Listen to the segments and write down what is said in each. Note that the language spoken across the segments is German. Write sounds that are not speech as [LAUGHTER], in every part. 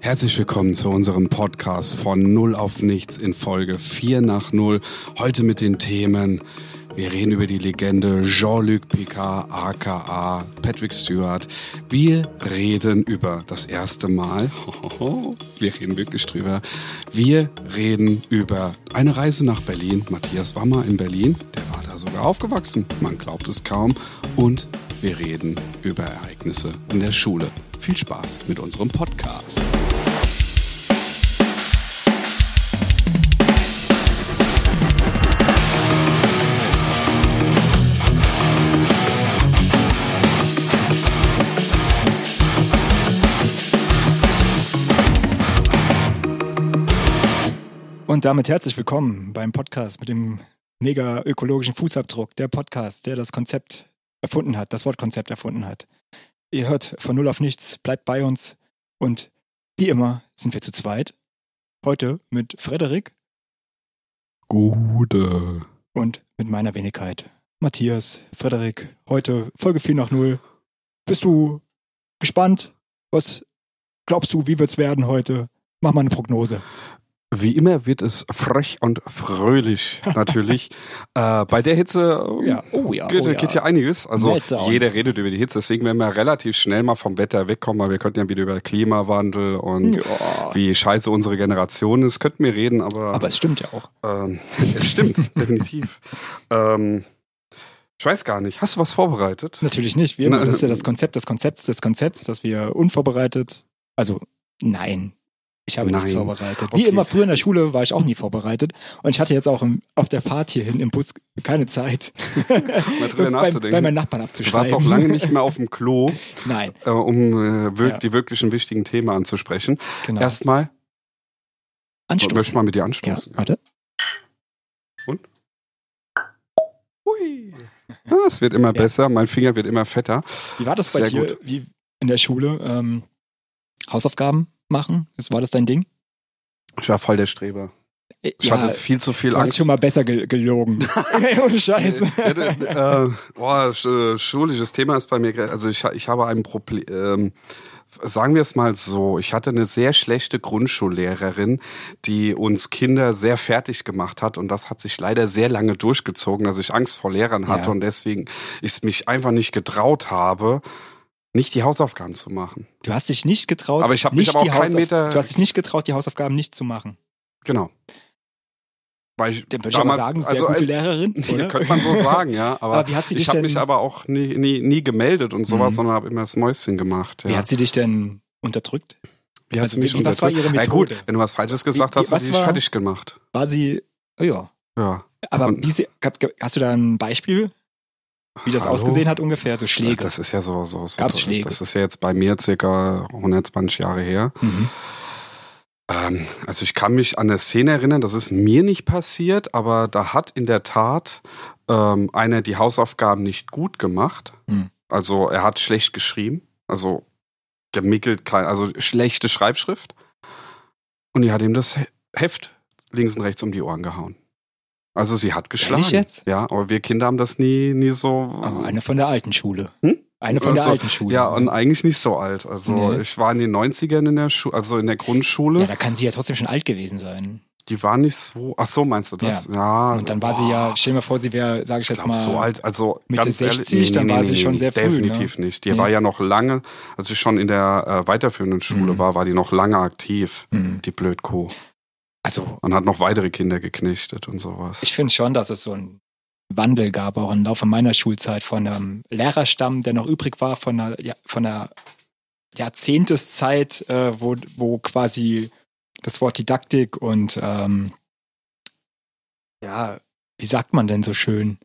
Herzlich willkommen zu unserem Podcast von Null auf Nichts in Folge 4 nach 0. Heute mit den Themen. Wir reden über die Legende Jean-Luc Picard, aka Patrick Stewart. Wir reden über das erste Mal. [LAUGHS] Hohoho, Wir reden wirklich drüber. Wir reden über eine Reise nach Berlin. Matthias war mal in Berlin. Der war da sogar aufgewachsen. Man glaubt es kaum. Und wir reden über Ereignisse in der Schule. Viel Spaß mit unserem Podcast. Und damit herzlich willkommen beim Podcast mit dem mega ökologischen Fußabdruck, der Podcast, der das Konzept erfunden hat, das Wort Konzept erfunden hat. Ihr hört von Null auf Nichts, bleibt bei uns und wie immer sind wir zu zweit. Heute mit Frederik Gute. und mit meiner Wenigkeit. Matthias, Frederik, heute Folge 4 nach 0. Bist du gespannt? Was glaubst du, wie wird's werden heute? Mach mal eine Prognose. Wie immer wird es frech und fröhlich, [LAUGHS] natürlich. äh, bei der Hitze oh, Ja, oh ja, geht, oh ja. geht ja einiges. Also Meltdown. jeder redet über die Hitze. Deswegen werden wir relativ schnell mal vom Wetter wegkommen, weil wir könnten ja wieder über Klimawandel und Hm. Ja. wie scheiße unsere Generation ist. Könnten wir reden, aber, Aber es stimmt ja auch. ähm, [LAUGHS] es stimmt, definitiv. Ähm, ich weiß gar nicht. Hast du was vorbereitet? Natürlich nicht. Wir, Na, das ist ja das Konzept des Konzepts des Konzepts, dass wir unvorbereitet, also nein, ich habe nichts Nein. vorbereitet. Wie Okay. immer, früher in der Schule war ich auch nie vorbereitet und ich hatte jetzt auch im, auf der Fahrt hierhin im Bus [LAUGHS] keine Zeit, sonst bei, nachzudenken. bei meinen Nachbarn Du abzuschreiben. warst auch lange nicht mehr auf dem Klo, [LAUGHS] Nein, äh, um äh, wirk Ja. die wirklichen wichtigen Themen anzusprechen. genau. Erstmal, möchte ich Anstoßen. mal mit dir Ja, anstoßen. warte. Hui. Ah, es wird immer besser, mein Finger wird immer fetter. Wie war das bei Sehr dir? Wie in der Schule ähm, Hausaufgaben machen? Das- War das dein Ding? Ich war voll der Streber. Äh, Ich hatte viel zu viel du hast Angst. schon mal besser gel [LAUGHS] gelogen. [LAUGHS] Ohne Scheiß. Ich hatte, äh, boah, sch- äh, schulisches Thema ist bei mir, gre- also ich, ha- ich habe ein Problem, ähm, sagen wir es mal so, ich hatte eine sehr schlechte Grundschullehrerin, die uns Kinder sehr fertig gemacht hat und das hat sich leider sehr lange durchgezogen, dass ich Angst vor Lehrern hatte Ja. und deswegen ich mich einfach nicht getraut habe, nicht die Hausaufgaben zu machen. Du hast dich nicht getraut, Aber ich hab mich nicht aber auch die keinen Hausauf- Meter- Du hast dich nicht getraut, die Hausaufgaben nicht zu machen. Genau. Weil ich Dann würde ich damals, aber sagen, sehr also, gute äh, [LAUGHS] Lehrerin, oder? könnte man so [LAUGHS] sagen, ja. Aber, Aber wie hat sie dich ich habe denn- mich aber auch nie, nie, nie gemeldet und sowas, Mhm. sondern habe immer das Mäuschen gemacht. Ja. Wie hat sie dich denn unterdrückt? Wie hat also wie- was unterdrückt? war ihre Ja, Methode? gut, wenn du was Falsches gesagt Wie- hast, wie- hast, was du dich war- fertig gemacht. War sie, oh ja. Ja. Aber Und- wie sie, gab- gab- hast du da ein Beispiel, wie das Hallo? ausgesehen hat ungefähr? So Schläge. Das ist ja so. so, so Gab's Schläge? Das ist ja jetzt bei mir circa 120 Jahre her. mhm. Ähm, also ich kann mich an eine Szene erinnern, das ist mir nicht passiert, aber da hat in der Tat ähm, einer die Hausaufgaben nicht gut gemacht. Hm. Also er hat schlecht geschrieben, also gemickelt, klein, also schlechte Schreibschrift. Und die hat ihm das He- Heft links und rechts um die Ohren gehauen. Also sie hat geschlagen. Ehrlich jetzt? Ja, aber wir Kinder haben das nie, nie so. Ah, eine von der alten Schule. Hm? Eine von der Also, alten Schule. ja, und eigentlich nicht so alt. Also Nee. ich war in den 90ern in der Schule, also in der Grundschule. ja, da kann sie ja trotzdem schon alt gewesen sein. Die war nicht so. Ach so, meinst du das? Ja. Und dann war sie ja, stell dir mal vor, sie wäre, sage ich Ah. Ich jetzt glaub, mal, so alt, also Mitte ganz ehrlich, 60, dann war sie schon sehr früh, ne? Definitiv nicht. Die Nee. war ja noch lange, als ich schon in der äh, weiterführenden Schule Mhm. war, war die noch lange aktiv, Hm. die Blödkuh. Also, Und hat noch weitere Kinder geknechtet und sowas. ich finde schon, dass es so einen Wandel gab, auch im Laufe meiner Schulzeit, von einem Lehrerstamm, der noch übrig war, von einer, ja, von einer Jahrzehnteszeit, äh, wo, wo quasi das Wort Didaktik und ähm, ja, wie sagt man denn so schön?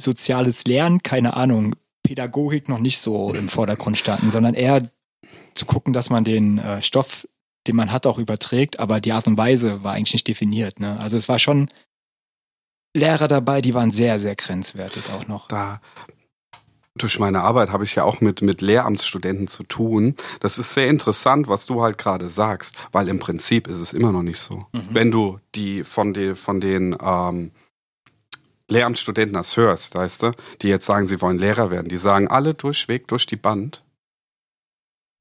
Soziales Lernen, keine Ahnung, Pädagogik noch nicht so im Vordergrund standen, sondern eher zu gucken, dass man den äh, Stoff, den man hat, auch überträgt, aber die Art und Weise war eigentlich nicht definiert. Ne? Also es war schon Lehrer dabei, die waren sehr, sehr grenzwertig auch noch. da durch meine Arbeit habe ich ja auch mit, mit Lehramtsstudenten zu tun. Das ist sehr interessant, was du halt gerade sagst, weil im Prinzip ist es immer noch nicht so. Mhm. Wenn du die von den, von den ähm, Lehramtsstudenten das hörst, weißt du, die jetzt sagen, sie wollen Lehrer werden, die sagen alle durchweg durch die Band.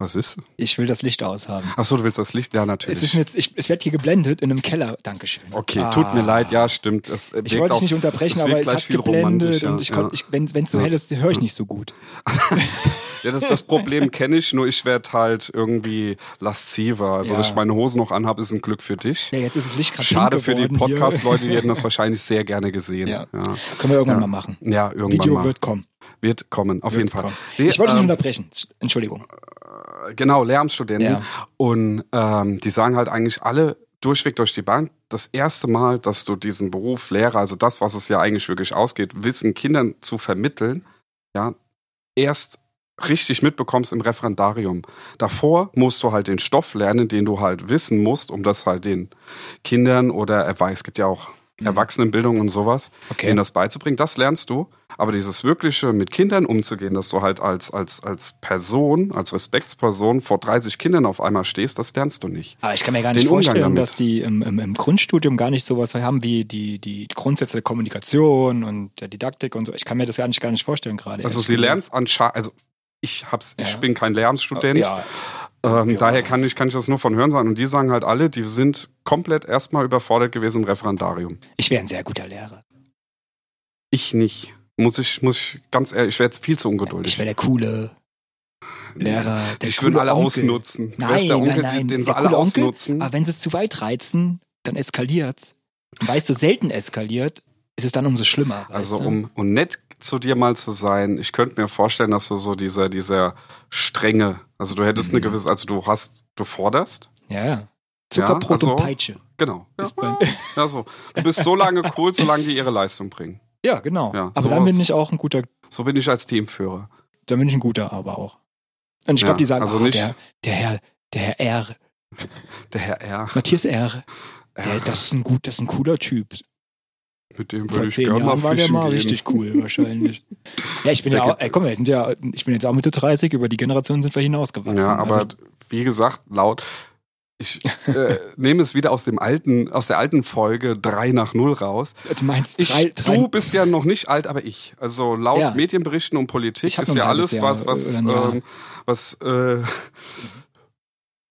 Was ist? Ich will das Licht aushaben. Ach so, du willst das Licht? Ja, Es natürlich. ist mir jetzt, ich, es wird hier geblendet in einem Keller. Dankeschön. okay, Ah. tut mir leid. Ja, stimmt. äh, Es Ich wollte dich nicht um- unterbrechen, aber es hat geblendet Ja, und ich ja. konnte, ich, wenn es so hell ist, höre ich nicht so gut. ja, das, das Problem kenne ich, nur ich werde halt irgendwie lasziver. Also, Ja. dass ich meine Hosen noch anhabe, ist ein Glück für dich. Ja, jetzt ist das Licht gerade Schade pink für die geworden hier. Podcast-Leute, die hätten das wahrscheinlich sehr gerne gesehen. Ja. Ja, [LAUGHS] Können wir irgendwann mal machen. Ja, irgendwann Video mal. wird kommen. Wird kommen, auf jeden Fall. Kommen. Nee, ich wollte dich ähm, nicht unterbrechen. Entschuldigung. genau, Lehramtsstudenten. Ja. Und ähm, die sagen halt eigentlich alle durchweg durch die Bank, das erste Mal, dass du diesen Beruf Lehrer, also das, was es ja eigentlich wirklich ausgeht, Wissen Kindern zu vermitteln, ja, erst richtig mitbekommst im Referendarium. Davor musst du halt den Stoff lernen, den du halt wissen musst, um das halt den Kindern oder er weiß, es gibt ja auch Erwachsenenbildung und sowas, Mhm. Okay. denen das beizubringen, das lernst du. Aber dieses wirkliche mit Kindern umzugehen, dass du halt als, als, als Person, als Respektsperson vor 30 Kindern auf einmal stehst, das lernst du nicht. Aber ich kann mir gar nicht den Umgang vorstellen, damit. dass die im, im, im Grundstudium gar nicht sowas haben wie die, die Grundsätze der Kommunikation und der Didaktik und so. Ich kann mir das gar nicht, gar nicht vorstellen gerade. Also ehrlich sie gesagt. lernst anscheinend, also ich hab's, Ja. ich bin kein Lehramtsstudent, Ja, ähm, Ja. daher kann ich, kann ich das nur von Hören sagen. Und die sagen halt alle, die sind komplett erstmal überfordert gewesen im Referendarium. ich wäre ein sehr guter Lehrer. Ich nicht. Muss ich, muss ich ganz ehrlich, ich wäre jetzt viel zu ungeduldig. Ich wäre der coole Lehrer. Der ich coole würden alle Onkel. ausnutzen. Wer Nein, ist der Onkel, nein, nein. den sie Der alle coole Onkel, ausnutzen. Aber wenn sie es zu weit reizen, dann eskaliert's. Und weil es so selten eskaliert, ist es dann umso schlimmer. weißt Also du? um, um nett zu dir mal zu sein, ich könnte mir vorstellen, dass du so dieser, dieser strenge, also du hättest Mhm. eine gewisse, also du hast, du forderst, Ja, ja. Zuckerbrot also- und Peitsche. genau. Ja, Ist bei- ja, so. Du bist so lange cool, solange die ihre Leistung bringen. [LAUGHS] Ja, genau. Ja, aber dann sowas. bin ich auch ein guter, So bin ich als Teamführer. dann bin ich ein guter, aber auch. Und ich glaube, Ja, die sagen, also ach, nicht- der, der Herr, der Herr R, Der Herr R, Matthias R, der, das ist ein gut, das ist ein cooler Typ. mit dem Vor würde ich zehn gerne mal Jahren war der fischen mal gehen. richtig [LAUGHS] cool, wahrscheinlich. ja, ich bin Der ja auch, gibt- ey, komm, wir sind ja, ich bin jetzt auch Mitte 30, über die Generation sind wir hinausgewachsen. Ja, aber also, wie gesagt, laut. [LAUGHS] Ich äh, nehme es wieder aus dem alten, aus der alten Folge 3 nach 0 raus. du meinst Ich, drei, drei, du bist ja noch nicht alt, aber ich. Also laut Ja. Medienberichten und Politik Ich hab ist noch ein ja halbes alles, Jahr was, was, oder ein Jahr. ähm, was äh,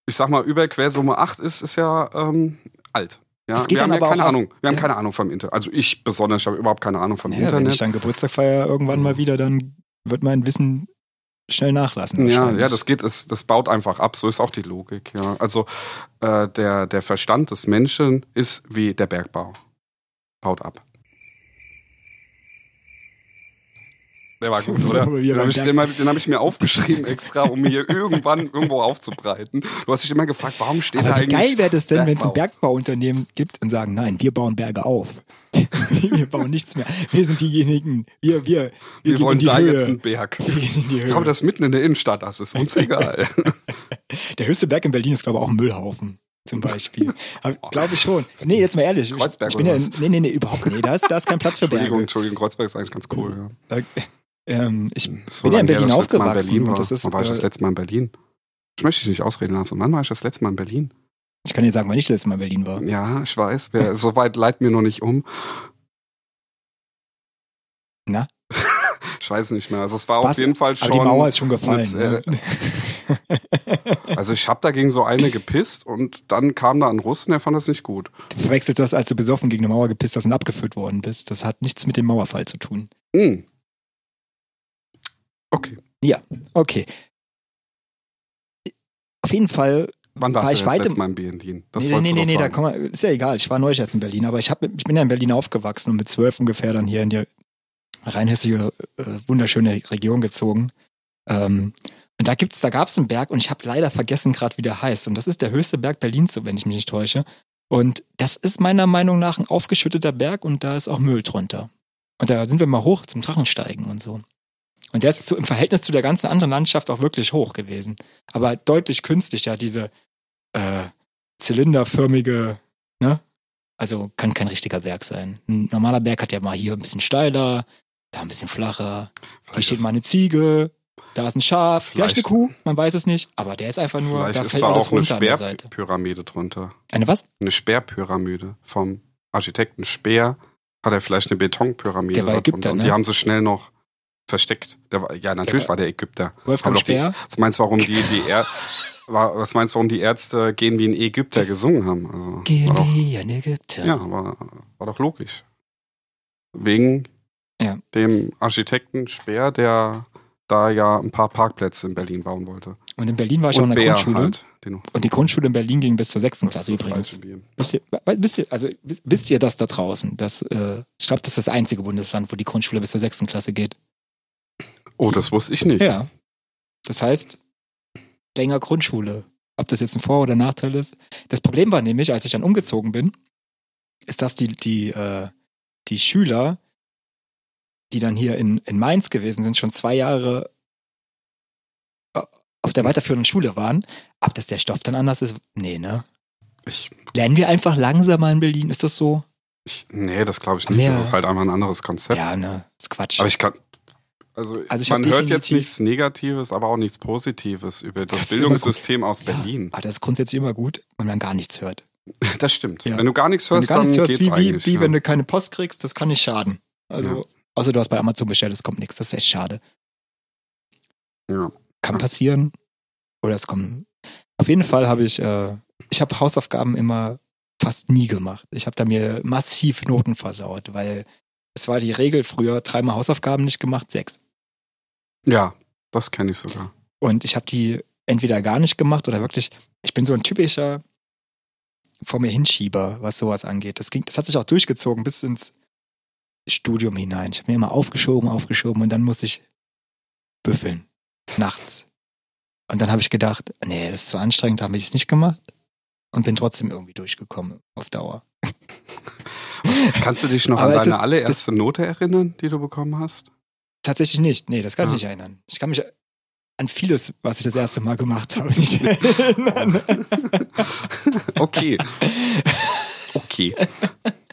ich sag mal, über Quersumme 8 ist, ist ja ähm, alt. Ja, Das geht wir dann haben aber ja keine auch auf- Ahnung. Wir haben ja. keine Ahnung vom Internet. Also ich besonders, ich habe überhaupt keine Ahnung vom ja, wenn ich Internet. dann Geburtstag feiere, irgendwann mal wieder, dann wird mein Wissen schnell nachlassen. Ja, wahrscheinlich. ja, das geht, es, das baut einfach ab. So ist auch die Logik. Ja. Also äh, der, der Verstand des Menschen ist wie der Bergbau. Baut ab. Der war gut, [LAUGHS] oder? Wo wir Den beim habe ich, Berg- den hab ich- den hab ich mir aufgeschrieben extra, um hier [LAUGHS] irgendwann irgendwo aufzubreiten. Du hast dich immer gefragt, warum steht da Aber wie eigentlich... geil wäre das denn, wenn es ein Bergbau? Bergbauunternehmen gibt und sagen, nein, wir bauen Berge auf. [LAUGHS] wir bauen nichts mehr. Wir sind diejenigen, wir, wir, wir, Wir gehen wollen in die da Höhe. jetzt einen Berg. wir gehen in die Ich glaube, Höhe. das mitten in der Innenstadt, das ist [LAUGHS] uns egal. Der höchste Berg in Berlin ist, glaube ich, auch ein Müllhaufen. [LAUGHS] Zum Beispiel. glaube ich schon. Nee, jetzt mal ehrlich. ich- Kreuzberg ich bin oder ja, in- nee, nee, nee, überhaupt nicht. Nee, da, ist, da ist kein Platz für Entschuldigung, Berge. Entschuldigung, Kreuzberg ist eigentlich ganz cool. Ja. Da, ähm, ich So bin ja in lange her, Berlin dass ich letztes Mal in aufgewachsen. Berlin war. und das ist, Wann war ich das äh, letzte Mal in Berlin? Ich möchte dich nicht ausreden lassen. Wann war ich das letzte Mal in Berlin? ich kann dir sagen, wann ich das letzte Mal in Berlin war. Ja, ich weiß. Wer, [LAUGHS] so weit leid mir noch nicht um. Na? [LAUGHS] ich weiß nicht mehr. Also es war Was? auf jeden Fall schon. Aber die Mauer ist schon gefallen. Jetzt, äh, ne? also ich habe dagegen so eine gepisst und dann kam da ein Russ und der fand das nicht gut. Du verwechselst das, als du besoffen gegen eine Mauer gepisst hast und abgeführt worden bist. Das hat nichts mit dem Mauerfall zu tun. Hm. Okay. Okay. Auf jeden Fall, Wann warst War du ich denn weit das im- letzte Mal in Berlin? Das nee, wolltest nee, nee, du nee, doch da sagen. komm mal, ist ja egal, ich war neulich erst in Berlin, aber ich, hab, ich bin ja in Berlin aufgewachsen und mit zwölf ungefähr dann hier in die rheinhessische, äh, wunderschöne Region gezogen. Ähm, und da gibt's, da gab's einen Berg und ich habe leider vergessen gerade, wie der heißt. Und das ist der höchste Berg Berlins, so wenn ich mich nicht täusche. Und das ist meiner Meinung nach ein aufgeschütteter Berg und da ist auch Müll drunter. Und da sind wir mal hoch zum Drachensteigen und so. Und der ist zu, im Verhältnis zu der ganzen anderen Landschaft auch wirklich hoch gewesen. Aber deutlich künstlich, ja, diese äh, zylinderförmige, ne? Also kann kein richtiger Berg sein. Ein normaler Berg hat ja mal hier ein bisschen steiler, da ein bisschen flacher. Hier Vielleicht steht ist- mal eine Ziege, da ist ein Schaf, vielleicht, eine Vielleicht- Kuh, man weiß es nicht. Aber der ist einfach nur, Vielleicht da ist fällt da alles auch eine runter an der Seite. Sperrpyramide drunter. Eine was? eine Speerpyramide vom Architekten Speer. Hat er vielleicht eine Betonpyramide Der war darunter. Ägypter, und ne? die haben sie schnell noch versteckt. Der war, ja, natürlich Der- war der Ägypter. Wolfgang Aber doch die- Speer? Was meinst du, warum die, die Är war, was meinst du, warum die Ärzte gehen wie ein Ägypter gesungen haben? Also, war doch, Geliehen Ägypter. ja, war, war doch logisch. Wegen Ja. dem Architekten Speer, der da ja ein paar Parkplätze in Berlin bauen wollte. Und in Berlin war ich auch in der Bär Grundschule. halt, den, Und die Grundschule in Berlin ging bis zur sechsten Klasse das übrigens. weiß ich. Wisst ihr, we- wisst ihr, also wis- wisst ihr das da draußen? Dass, äh, ich glaube, das ist das einzige Bundesland, wo die Grundschule bis zur sechsten Klasse geht. Oh, das wusste ich nicht. Ja. Das heißt, länger Grundschule. Ob das jetzt ein Vor- oder Nachteil ist. Das Problem war nämlich, als ich dann umgezogen bin, ist, dass die, die, äh, die Schüler, die dann hier in, in Mainz gewesen sind, schon zwei Jahre äh, auf der weiterführenden Schule waren. Ob das der Stoff dann anders ist? Nee, ne? Ich, Lernen wir einfach langsamer in Berlin? Ist das so? ich, nee, das glaube ich nicht. Ja. Das ist halt einfach ein anderes Konzept. Ja, ne? Ist Quatsch. Aber ich kann. Also, Also ich hab man hört jetzt definitiv- nichts Negatives, aber auch nichts Positives über das, Das ist immer Bildungssystem aus Ja. [LAUGHS] Berlin. Aber das ist grundsätzlich immer gut, wenn man gar nichts hört. Das stimmt. Ja. Wenn du gar nichts Wenn du hörst, gar nichts dann hörst, geht's wie, wie, eigentlich. wie ja. wenn du keine Post kriegst, das kann nicht schaden. Also, Ja. außer du hast bei Amazon bestellt, es kommt nichts, das ist echt schade. ja. Kann passieren. Oder es kommen. Auf jeden Fall habe ich, äh, ich habe Hausaufgaben immer fast nie gemacht. Ich habe da mir massiv Noten versaut, weil es war die Regel früher, dreimal Hausaufgaben nicht gemacht, sechs. ja, das kenne ich sogar. Und ich habe die entweder gar nicht gemacht oder wirklich, ich bin so ein typischer vor mir hinschieber, was sowas angeht. Das ging, das hat sich auch durchgezogen bis ins Studium hinein. Ich habe mir immer aufgeschoben, aufgeschoben und dann musste ich büffeln. Nachts. Und dann habe ich gedacht, nee, das ist zu anstrengend, da habe ich es nicht gemacht und bin trotzdem irgendwie durchgekommen auf Dauer. Kannst du dich noch Aber an es deine ist- allererste Note erinnern, die du bekommen hast? Tatsächlich nicht. Nee, das kann ich Ja. nicht erinnern. Ich kann mich an vieles, was ich das erste Mal gemacht habe, nicht erinnern. Okay. [LAUGHS] okay.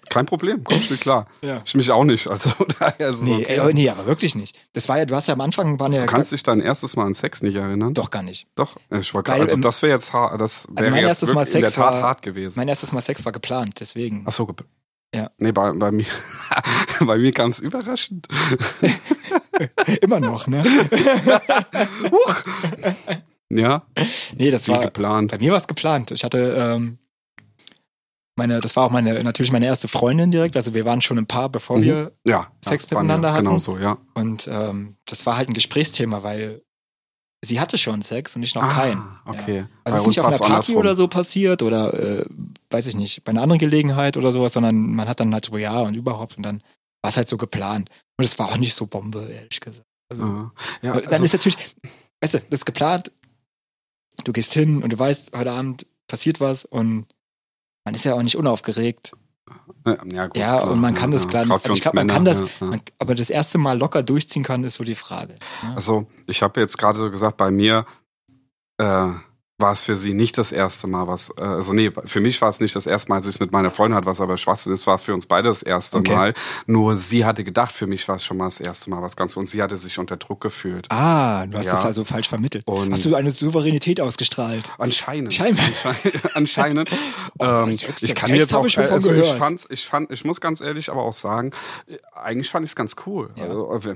Kein Problem, kommst du klar. Ja. Ich mich auch nicht. Also, [LAUGHS] daher ist es Nee, okay. äh, nee, aber wirklich nicht. Das war ja, du hast ja am Anfang waren ja Du kannst dich dein erstes Mal an Sex nicht erinnern? doch gar nicht. Doch, ich wollte Weil gerade- also im- Also das wäre jetzt hart, das wäre mein jetzt erstes Mal wirklich in der Sex Tat war- hart gewesen. Mein erstes Mal Sex war geplant, deswegen. Ach so, ge- Ja. Nee, bei, bei mir, [LAUGHS] bei mir kam es überraschend. [LAUGHS] Immer [LAUGHS] noch, ne? [LAUGHS] Ja, Nee, das wie war geplant. bei mir war es geplant. Ich hatte ähm, meine, das war auch meine natürlich meine erste Freundin direkt. Also wir waren schon ein Paar, bevor Mhm. wir Ja, Sex ja, bei mir, miteinander hatten? Genau so, ja. und ähm, das war halt ein Gesprächsthema, weil sie hatte schon Sex und ich noch Ah, keinen. Okay. Also es ist nicht auf einer Party oder so passiert oder äh, weiß ich nicht, bei einer anderen Gelegenheit oder sowas, sondern man hat dann halt so, ja und überhaupt und dann war es halt so geplant. Und es war auch nicht so Bombe, ehrlich gesagt. so. Ja, ja Weil dann also, ist natürlich, weißt du, das ist geplant, du gehst hin und du weißt, heute Abend passiert was und man ist ja auch nicht unaufgeregt. ja, gut, Ja, und man kann das klar- Gerade für also ich uns glaub, man kann Männer, das- ja, ja. Man, aber das erste Mal locker durchziehen kann, ist so die Frage. ne? Also, ich habe jetzt gerade so gesagt, bei mir äh, war es für sie nicht das erste Mal was. Äh, also, nee, für mich war es nicht das erste Mal, als ich es mit meiner Freundin hatte, was aber Schwachsinn ist, war für uns beide das erste Okay. Mal. Nur sie hatte gedacht, für mich war es schon mal das erste Mal was ganz. Und sie hatte sich unter Druck gefühlt. Ah, du hast Ja. das also falsch vermittelt. Und- hast du eine Souveränität ausgestrahlt? Anscheinend. Scheinbar. Anscheinend. [LAUGHS] [LAUGHS] Oh, ähm, Sex, ich Sex, kann mir jetzt hab auch, ich schon von also ich gehört. fand's, ich fand, ich muss ganz ehrlich aber auch sagen, äh, eigentlich fand ich es ganz cool. Ja. Also, äh,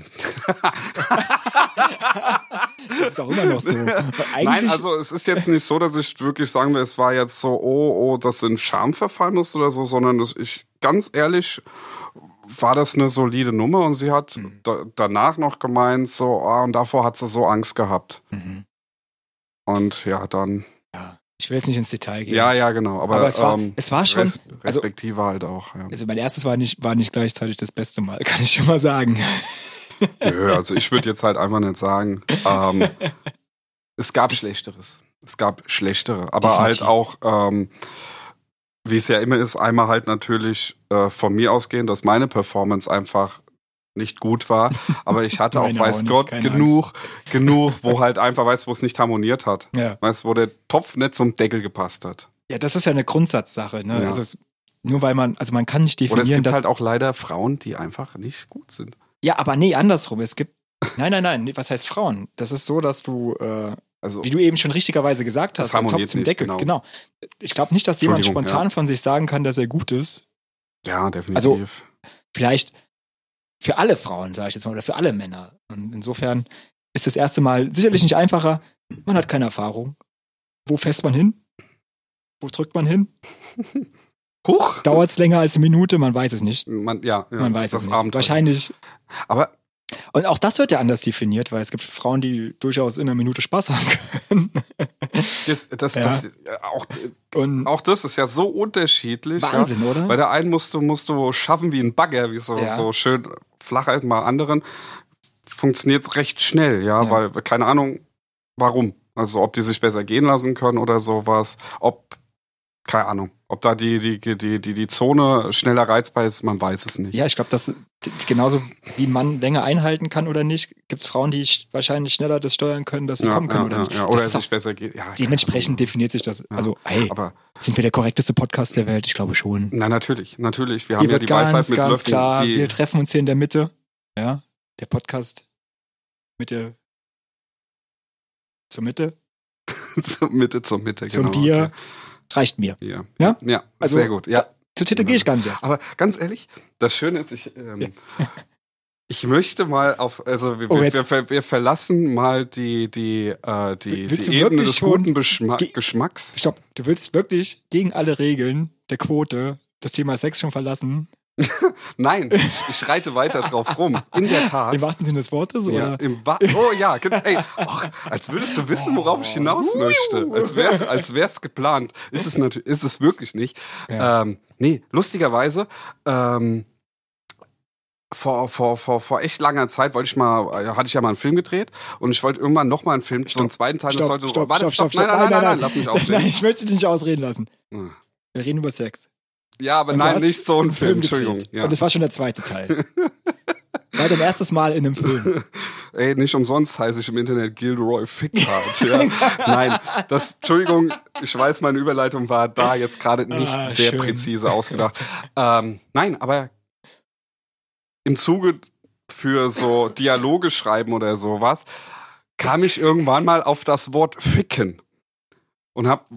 Das ist auch immer [LAUGHS] noch so. Eigentlich, Nein, also es ist jetzt nicht so, dass ich wirklich sagen will, es war jetzt so, oh, oh, dass du in Scham verfallen musst oder so, sondern dass ich ganz ehrlich war das eine solide Nummer und sie hat Mhm. da, danach noch gemeint, so, ah, und davor hat sie so Angst gehabt. Mhm. Und ja, dann. ja. ich will jetzt nicht ins Detail gehen. Ja, ja, genau. Aber, aber es war, ähm, es war schon, res also- respektive halt auch. Ja. also mein erstes war nicht, war nicht gleichzeitig das beste Mal, [LAUGHS] kann ich schon mal sagen. Nö, also ich würde jetzt halt einfach nicht sagen, ähm, es gab Schlechteres. Es gab schlechtere. Aber Definitiv. halt auch, ähm, wie es ja immer ist, einmal halt natürlich äh, von mir ausgehend, dass meine Performance einfach nicht gut war. Aber ich [LAUGHS] hatte auch, Meine auch weiß nicht, Gott, keine genug, genug, wo halt einfach, weißt du, wo es nicht harmoniert hat. Ja. Weißt du, wo der Topf nicht zum Deckel gepasst hat. Ja, das ist ja eine Grundsatzsache. Ne? Ja. Also es, nur weil man, also man kann nicht Oder es definieren, gibt dass. halt auch leider Frauen, die einfach nicht gut sind. ja, aber nee, andersrum. Es gibt. Nein, nein, nein. nee, Was heißt Frauen? Das ist so, dass du, äh, Also, wie du eben schon richtigerweise gesagt hast, Das der Topf harmoniert zum nicht, Deckel. genau. Genau. Ich glaube nicht, dass jemand Entschuldigung, spontan von sich sagen kann, dass er gut ist. ja, definitiv. Also- Vielleicht für alle Frauen, sage ich jetzt mal, oder für alle Männer. Und insofern ist das erste Mal sicherlich nicht einfacher. Man hat keine Erfahrung. Wo fässt man hin? Wo drückt man hin? Also, Huch! Dauert es länger als eine Minute? Man weiß es nicht. Man, ja, ja, Man weiß das es nicht. Abenteuer. Wahrscheinlich. Aber Und auch das wird ja anders definiert, weil es gibt Frauen, die durchaus in einer Minute Spaß haben [LAUGHS] können. das, das, Ja. das, äh, auch, Und auch das ist ja so unterschiedlich. Ja? Wahnsinn, oder? Bei der einen musst du, musst du schaffen wie ein Bagger, wie so, Ja. so schön flach halt mal anderen. Funktioniert recht schnell, ja, Ja. weil keine Ahnung, warum. Also ob die sich besser gehen lassen können oder sowas, ob, keine Ahnung, ob da die, die, die, die, die Zone schneller reizbar ist, man weiß es nicht. Ja, ich glaube, dass genauso wie ein Mann länger einhalten kann oder nicht, gibt es Frauen, die sch- wahrscheinlich schneller das steuern können, dass sie kommen können ja, oder ja, nicht. ja, das oder ist es auch- sich besser geht. Ja, dementsprechend definiert sich das. Also, hey, aber sind wir der korrekteste Podcast der Welt? Ich glaube schon. na natürlich, natürlich. Wir haben Hier ja wird die Weisheit ganz, mit ganz Löffeln. klar, die, wir treffen uns hier in der Mitte. Ja, der Podcast mit der zur Mitte, [LAUGHS] zur Mitte, zur Mitte, zum genau. Bier. Reicht mir. Okay. Ja, Ja? ja, ja Also- sehr gut. Ja, Zu Titel Genau. gehe ich gar nicht erst. Aber ganz ehrlich, das Schöne ist, ich, ähm, [LAUGHS] ich möchte mal auf, also wir, Oh, wir, jetzt. wir, ver- wir verlassen mal die, die, äh, die, Willst die du Ebene wirklich des schon guten Beschma die- Geschmacks. Stopp, du willst wirklich gegen alle Regeln der Quote das Thema Sex schon verlassen? Nein, ich, ich reite weiter drauf rum. In der [LAUGHS] Tat. Im wahrsten Sinne des Wortes? ja, Oder? im Wa oh ja, genau. ey, ach, als würdest du wissen, worauf ich hinaus möchte. Als wär's, als wär's geplant. Ist es natürlich, ist es wirklich nicht. Ja. Ähm, nee, lustigerweise, ähm, vor, vor, vor, vor echt langer Zeit wollte ich mal, äh, hatte ich ja mal einen Film gedreht und ich wollte irgendwann noch mal einen Film, so einen zweiten Teil, das sollte warte, nein, nein, nein, nein, lass mich [LAUGHS] nein, aufstehen. ich möchte dich nicht ausreden lassen. Hm. Wir reden über Sex. Ja, aber Und du nein, hast nicht so einen einen Film, gedreht. Entschuldigung. Ja. Und es war schon der [LAUGHS] zweite Teil. war dein erstes Mal in einem Film. Ey, nicht umsonst heiße ich im Internet Gilderoy Fickhart. [LAUGHS] Ja. Nein, das, Entschuldigung, ich weiß, meine Überleitung war da jetzt gerade nicht Ah, sehr schön. [LAUGHS] präzise ausgedacht. Ähm, nein, aber im Zuge für so Dialoge schreiben oder sowas, kam ich irgendwann mal auf das Wort Ficken und hab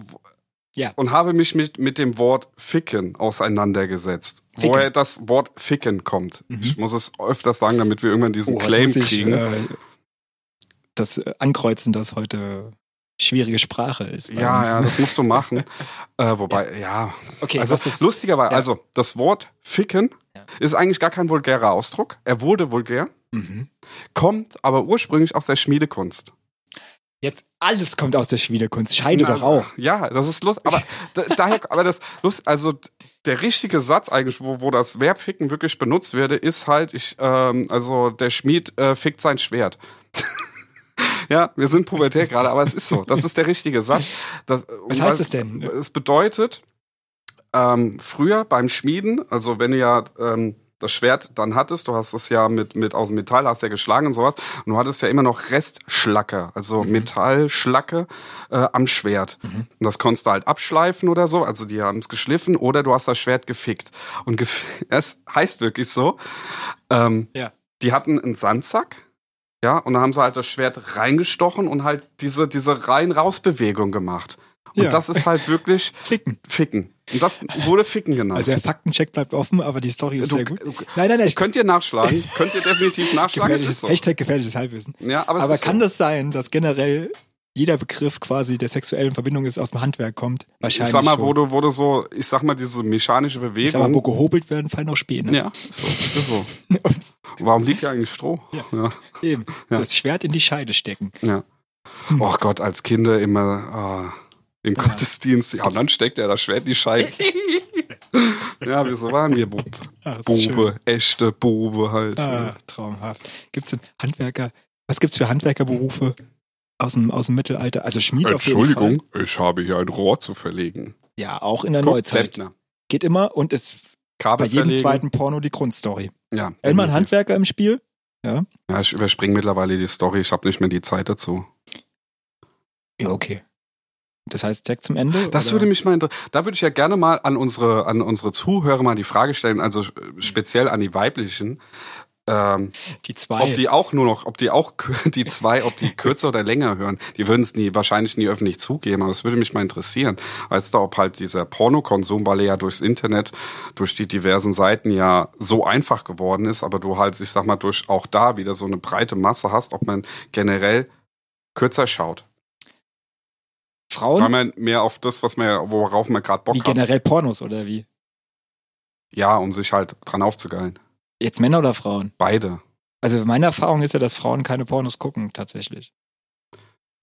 Ja. und habe mich mit, mit dem Wort Ficken auseinandergesetzt. Ficken. Mhm. Woher das Wort Ficken kommt. Ich muss es öfters sagen, damit wir irgendwann diesen Oh, heute Claim muss ich, kriegen. äh, das äh, Ankreuzen, dass heute schwierige Sprache ist. bei Ja, uns. ja, das musst du [LAUGHS] machen. äh, wobei, ja. Okay, also was ist- lustigerweise, ja. also das Wort ficken Ja. ist eigentlich gar kein vulgärer Ausdruck. Er wurde vulgär, Mhm. kommt aber ursprünglich aus der Schmiedekunst. Jetzt alles kommt aus der Schmiedekunst. Scheide doch auch. Ja, das ist lust. [LAUGHS] Aber da, daher, aber das lust, also der richtige Satz eigentlich, wo, wo das Verb ficken wirklich benutzt werde, ist halt, ich, ähm, also der Schmied äh, fickt sein Schwert. [LAUGHS] ja, wir sind pubertär gerade, aber es ist so. Das ist der richtige Satz. Das, [LAUGHS] äh, Was heißt es denn? Ähm, es bedeutet, ähm, früher beim Schmieden, also wenn du ja ähm, das Schwert dann hattest, du hast es ja mit, mit aus dem Metall, hast ja geschlagen und sowas, und du hattest ja immer noch Restschlacke, also Metallschlacke äh, am Schwert. Und das konntest du halt abschleifen oder so, also die haben es geschliffen, oder du hast das Schwert gefickt. Und gef [LAUGHS] es heißt wirklich so, ähm, Ja. die hatten einen Sandsack, ja, und da haben sie halt das Schwert reingestochen und halt diese, diese Rein-Raus-Bewegung gemacht. Und Ja. das ist halt wirklich [LAUGHS] Ficken. Ficken. Und das wurde Ficken genannt. Also der Faktencheck bleibt offen, aber die Story ist Du- sehr gut. du- Nein, nein, nein. ich- könnt ihr nachschlagen, könnt ihr [LAUGHS] definitiv nachschlagen, es ist Gefährliches, so. Hashtag gefährliches Halbwissen. Ja, aber es Aber ist kann so. das sein, dass generell jeder Begriff quasi der sexuellen Verbindung ist, aus dem Handwerk kommt? ich Wahrscheinlich. sag mal, schon. wo du, wo du so, ich sag mal, diese mechanische ich sag mal, Bewegung. wo gehobelt werden, fallen auch Späne. ja, ist so, ist [LAUGHS] so. Warum liegt hier eigentlich Stroh? Ja. Eben. Ja. Das Schwert in die Scheide stecken. Ja. Hm. Oh Gott, als Kinder immer äh, im Gottesdienst. Ja, und dann steckt er das Schwert in die [LAUGHS] Scheibe. ja, wir so waren wir, Bub. Ah, das ist schön. Bube, echte Bube halt. Ah, traumhaft. Gibt's denn Handwerker? Was gibt's für Handwerkerberufe aus dem, aus dem Mittelalter? Also Schmied auf jeden Fall. Entschuldigung, ich habe hier ein Rohr zu verlegen. Ja, auch in der Guck, Neuzeit. Klempner. Geht immer und ist bei Kabel jedem verlegen. zweiten Porno die Grundstory. Ja, Immer ein Handwerker im Spiel. Ja, ich überspringe mittlerweile die Story. Ich habe nicht mehr die Zeit dazu. Ja, okay. Das heißt, Tag zum Ende? Das oder? würde mich mal interessieren. Da würde ich ja gerne mal an unsere, an unsere Zuhörer mal die Frage stellen, also äh, speziell an die weiblichen. ähm, Die zwei. ob die auch nur noch, ob die auch, kür- [LAUGHS] die zwei, ob die kürzer oder länger hören. Die würden es nie, wahrscheinlich nie öffentlich zugeben, aber es würde mich mal interessieren, als da ob halt dieser Pornokonsum, weil er ja durchs Internet, durch die diversen Seiten ja so einfach geworden ist, aber du halt, ich sag mal, durch auch da wieder so eine breite Masse hast, ob man generell kürzer schaut. Weil Frauen? man mehr auf das, was man, ja- worauf man gerade Bock Wie hat. generell Pornos oder wie? Ja, um sich halt dran aufzugeilen. Jetzt Männer oder Frauen? Beide. Also meine Erfahrung ist ja, dass Frauen keine Pornos gucken, tatsächlich.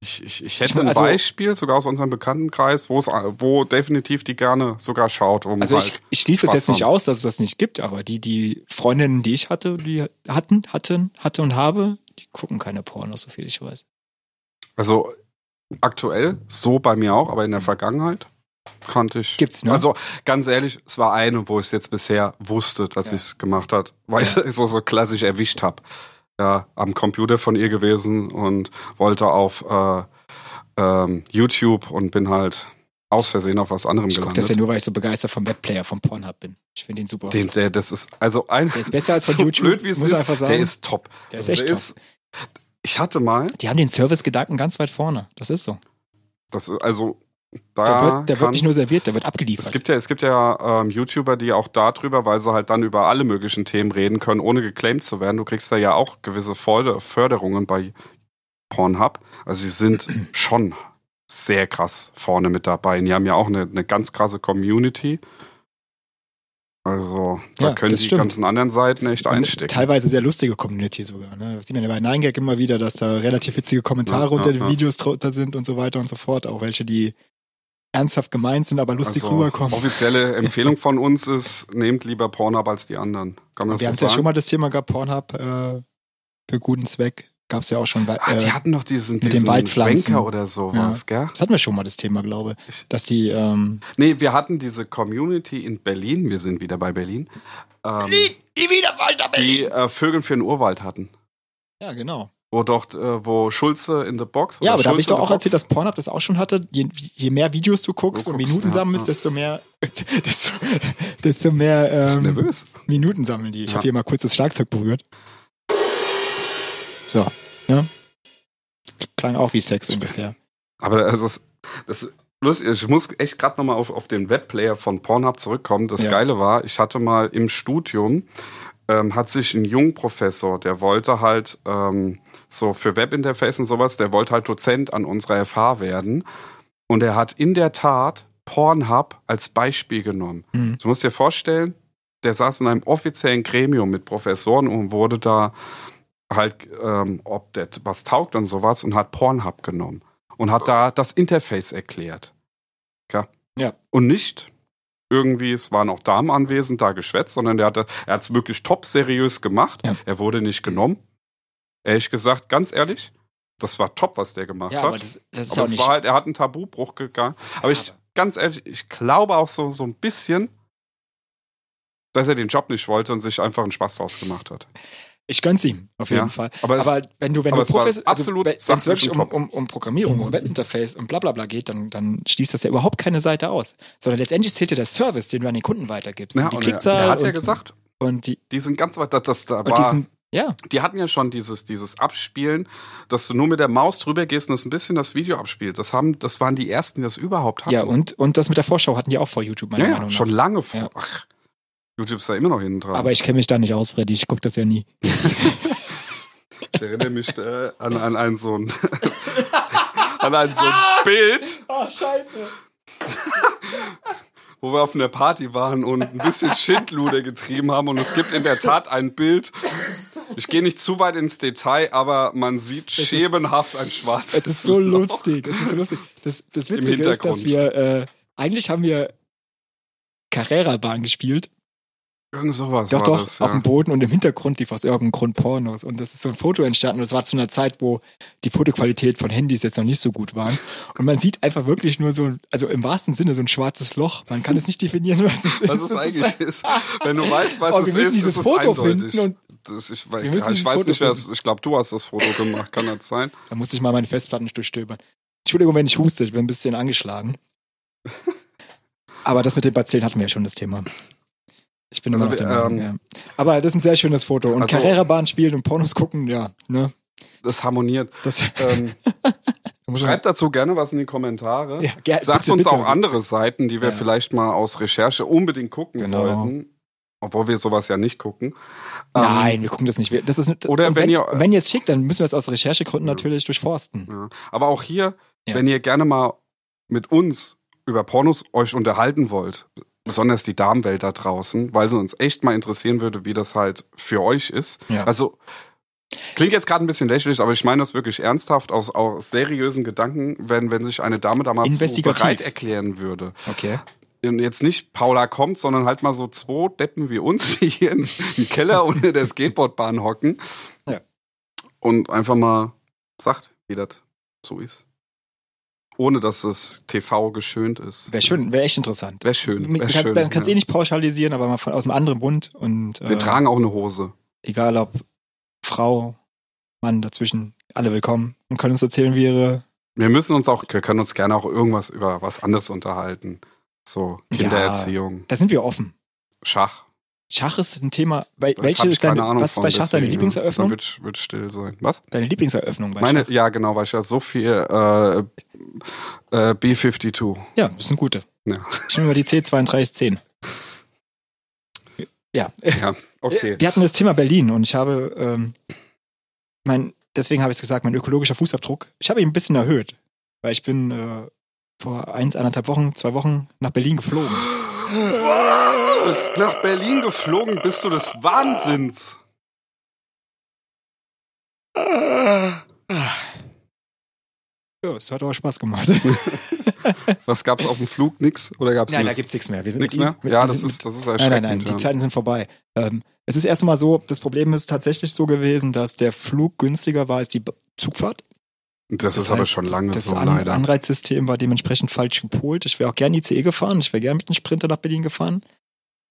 Ich, ich, ich Ich hätte mein, also- ein Beispiel sogar aus unserem Bekanntenkreis, wo es, wo definitiv die gerne sogar schaut. Um Also ich, halt, ich schließe das Spaß jetzt nicht haben. aus, dass es das nicht gibt, aber die, die Freundinnen, die ich hatte, die hatten, hatten, hatte und habe, die gucken keine Pornos, soviel ich weiß. also aktuell, so bei mir auch, aber in der Vergangenheit kannte ich. Gibt's, ne? Also ganz ehrlich, es war eine, wo ich es jetzt bisher wusste, dass Ja. sie es gemacht hat, weil Ja. ich es so, so klassisch erwischt habe. Ja, am Computer von ihr gewesen und wollte auf äh, ähm, YouTube und bin halt aus Versehen auf was anderem ich gucke das gelandet. ja nur, weil ich so begeistert vom Webplayer, vom Pornhub bin. Ich finde ihn super. Den, der, das ist also ein der ist besser [LAUGHS] als von YouTube, blöd wie es muss ist, einfach sagen. der ist top. Der ist echt top. Also ich hatte mal, die haben den Service-Gedanken ganz weit vorne. Das ist so. das ist also da Der, wird, der kann, wird nicht nur serviert, der wird es abgeliefert. gibt ja, es gibt ja ähm, YouTuber, die auch darüber, weil sie halt dann über alle möglichen Themen reden können, ohne geclaimed zu werden. Du kriegst da ja auch gewisse Förder- Förderungen bei Pornhub. Also sie [CLEARS THROAT] sind schon sehr krass vorne mit dabei. Und die haben ja auch eine, eine ganz krasse Community. Also da Ja, können die das stimmt. ganzen anderen Seiten echt Und einstecken. Teilweise sehr lustige Community sogar. Ne? Das sieht man ja bei Nine Gag immer wieder, dass da relativ witzige Kommentare Ja, ja, unter den ja. Videos drunter sind und so weiter und so fort. Auch welche, die ernsthaft gemeint sind, aber lustig rüberkommen. Also, Offizielle Empfehlung von uns ist, nehmt lieber Pornhub als die anderen. Kann man Wir haben das es so ja schon sagen? mal das Thema gehabt, Pornhub äh, für guten Zweck. Gab es ja auch schon. Bei, Ah, äh, die hatten doch diesen, den diesen Waldpflanzen. Banker oder sowas, gell? das hatten wir schon mal das Thema, glaube ich. Ich- Dass die, ähm, Nee, wir hatten diese Community in Berlin, wir sind wieder bei Berlin, ähm, die wieder falsch die äh, Vögel für den Urwald hatten. Ja, genau. Wo dort, äh, wo Schulze in the Box. Ja, oder aber da habe ich Schulze doch in the auch Box- erzählt, dass Pornhub das auch schon hatte. Je, je mehr Videos du guckst Du und guckst, Minuten ja, sammeln ja. bist, desto mehr, [LAUGHS] desto, desto mehr Bist du ähm, nervös? Minuten sammeln die. Ich Ja. habe hier mal kurz das Schlagzeug berührt. So, ja. Klang auch wie Sex ungefähr. Aber das ist, das ist lustig. Ich muss echt gerade nochmal auf, auf den Webplayer von Pornhub zurückkommen. Das Ja. Geile war, ich hatte mal im Studium, ähm, hat sich ein Jungprofessor, der wollte halt ähm, so für Webinterface und sowas, der wollte halt Dozent an unserer FH werden. Und er hat in der Tat Pornhub als Beispiel genommen. Mhm. Du musst dir vorstellen, der saß in einem offiziellen Gremium mit Professoren und wurde da halt, ähm, ob der t- was taugt und sowas und hat Pornhub genommen und hat da das Interface erklärt. Ja. Ja. Und nicht irgendwie, es waren auch Damen anwesend, da geschwätzt, sondern der hatte, er hat es wirklich top seriös gemacht. Ja. Er wurde nicht genommen. Ehrlich gesagt, ganz ehrlich, das war top, was der gemacht hat. das Aber es war halt, er hat einen Tabubruch gegangen. Aber ich, ganz ehrlich, ich glaube auch so, so ein bisschen, dass er den Job nicht wollte und sich einfach einen Spaß draus gemacht hat. Ich gönn's ihm, auf jeden Ja, Fall. aber es- aber wenn du, wenn aber du es war Professor, also, absolut wenn es sachlich wirklich und um, top. Mhm. um, um Programmierung, um Webinterface und bla bla bla geht, dann, dann schließt das ja überhaupt keine Seite aus. Sondern letztendlich zählt ja der Service, den du an den Kunden weitergibst. Ja, und die und er, er Klickzahl hat und, ja gesagt, und die, die sind ganz weit, das, das da und die war, sind, ja, die hatten ja schon dieses, dieses Abspielen, dass du nur mit der Maus drüber gehst und das ein bisschen das Video abspielt. Das haben, das waren die ersten, die das überhaupt hatten. ja, und, und das mit der Vorschau hatten die auch vor YouTube, meiner ja, Meinung ja nach. schon lange vor. Ja. Ach, YouTube ist da immer noch hinten dran. Aber ich kenne mich da nicht aus, Freddy. Ich gucke das ja nie. Ich erinnere mich äh, an, an einen so ein, [LAUGHS] an ein [LAUGHS] so ein Bild. Oh, scheiße. wo wir auf einer Party waren und ein bisschen Schindluder getrieben haben. Und es gibt in der Tat ein Bild. Ich gehe nicht zu weit ins Detail, aber man sieht ist- schemenhaft ein schwarzes. Es ist so Loch. lustig. Es ist so lustig. Das, das Im Witzige ist, dass Hintergrund. wir, äh, eigentlich haben wir Carrera-Bahn gespielt. Irgend sowas. Doch, war doch, Das, auf ja. dem Boden und im Hintergrund lief aus irgendeinem Grund Pornos. Und das ist so ein Foto entstanden. Und es war zu einer Zeit, wo die Fotoqualität von Handys jetzt noch nicht so gut waren. Und man sieht einfach wirklich nur so, ein- also im wahrsten Sinne, so ein schwarzes Loch. Man kann es nicht definieren, was es ist. was es Es eigentlich ist. Wenn du weißt, was Oh, wir es müssen ist, dieses ist es Foto eindeutig. finden und- das, ich weiß, Wir müssen ich dieses weiß Foto nicht, wer es, ich glaube, du hast das Foto gemacht, kann das sein? Da muss ich mal meine Festplatten durchstöbern. Entschuldigung, wenn ich huste, ich bin ein bisschen angeschlagen. Aber das mit den Bazillen hatten wir ja schon das Thema. Ich bin immer Also noch der wir, Meinung, ja. Aber das ist ein sehr schönes Foto. Und Also- Carrera-Bahn spielen und Pornos gucken, ja. Ne? Das harmoniert. Das, [LAUGHS] Ähm, muss man- schreibt dazu gerne was in die Kommentare. Ja, ger- ne? Sagt Äh, bitte, uns bitte. auch andere Seiten, die wir Ja. vielleicht mal aus Recherche unbedingt gucken Genau. sollten. Obwohl wir sowas ja nicht gucken. Ähm, Nein, wir gucken das nicht. Wir- Das ist, Oder und wenn wenn, ihr- und wenn ihr es schickt, dann müssen wir es aus Recherchegründen natürlich durchforsten. Ja. Aber auch hier, Ja. wenn ihr gerne mal mit uns über Pornos euch unterhalten wollt, besonders die Damenwelt da draußen, weil es uns echt mal interessieren würde, wie das halt für euch ist. Ja. Also klingt jetzt gerade ein bisschen lächerlich, aber ich meine das wirklich ernsthaft aus, aus seriösen Gedanken, wenn, wenn sich eine Dame damals so Investigativ. bereit erklären würde. Okay. Und jetzt nicht Paula kommt, sondern halt mal so zwei Deppen wie uns, [LAUGHS] die hier in- im Keller unter der Skateboardbahn hocken. Ja. Und einfach mal sagt, wie das so ist. Ohne dass das TV geschönt ist. Wäre schön, wäre echt interessant. Wär schön. Man Wär kann- schön man kann es ja. eh nicht pauschalisieren, aber mal von, aus einem anderen Bund. Und, Wir äh, tragen auch eine Hose. egal ob Frau, Mann dazwischen, alle willkommen und können uns erzählen, wie ihre. Wir müssen uns auch, wir können uns gerne auch irgendwas über was anderes unterhalten. So, Ja. Kindererziehung, Da sind wir offen. Schach. Schach ist ein Thema. Weil, Da welche hab ich ist deine, keine Ahnung was ist bei von, Schach deine deswegen, Lieblingseröffnung? Dann wird, wird still sein. Was? deine Lieblingseröffnung bei Meine, Schach. ja, genau, weil ich ja so viel äh, äh, B52. Ja, das sind gute. Ja. Ich nehme mal die C3210. Ja. Ja, okay. Wir hatten das Thema Berlin und ich habe, ähm, mein, deswegen habe ich es gesagt, mein ökologischer Fußabdruck, ich habe ihn ein bisschen erhöht, weil ich bin äh, vor eins, anderthalb Wochen, zwei Wochen nach Berlin geflogen. Du bist nach Berlin geflogen, bist du des Wahnsinns. Ja, es hat aber [LAUGHS] Spaß gemacht. Was gab's auf dem Flug? Nix? Oder gab's Nein, da nichts? gibt's nichts mehr. Wir sind nichts mit mehr? dies- Mit, Ja, wir das sind ist, das ist Mit, nein, erschreckend. nein, nein, die Zeiten sind vorbei. Ähm, es ist erstmal so, das Problem ist tatsächlich so gewesen, dass der Flug günstiger war als die B- Zugfahrt. ja. Das, ist aber heißt, schon lange das so, An leider. Anreizsystem war dementsprechend falsch gepolt. Ich wäre auch gern ICE E gefahren, ich wäre gern mit einem Sprinter nach Berlin gefahren.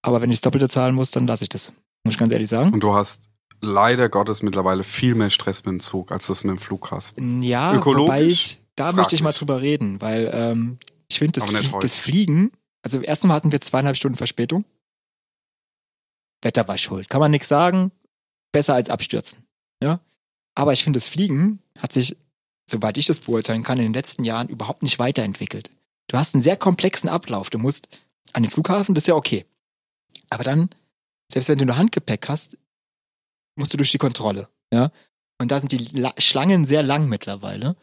Aber wenn ich das Doppelte zahlen muss, dann lasse ich das. Muss ich ganz ehrlich sagen. Und du hast leider Gottes mittlerweile viel mehr Stress mit dem Zug, als du es mit dem Flug hast. Ja, Ökologisch wobei ich, da möchte ich mal fraglich. drüber reden, weil ähm, ich finde, das, Aber nicht Flie- heute. das Fliegen, also erstmal hatten wir zweieinhalb Stunden Verspätung. Wetter war schuld, kann man nichts sagen. Besser als abstürzen. Ja? Aber ich finde, das Fliegen hat sich, soweit ich das beurteilen kann, in den letzten Jahren überhaupt nicht weiterentwickelt. Du hast einen sehr komplexen Ablauf. Du musst an den Flughafen, das ist ja okay. Aber dann, selbst wenn du nur Handgepäck hast, musst du durch die Kontrolle. Ja? Und da sind die La Schlangen sehr lang mittlerweile,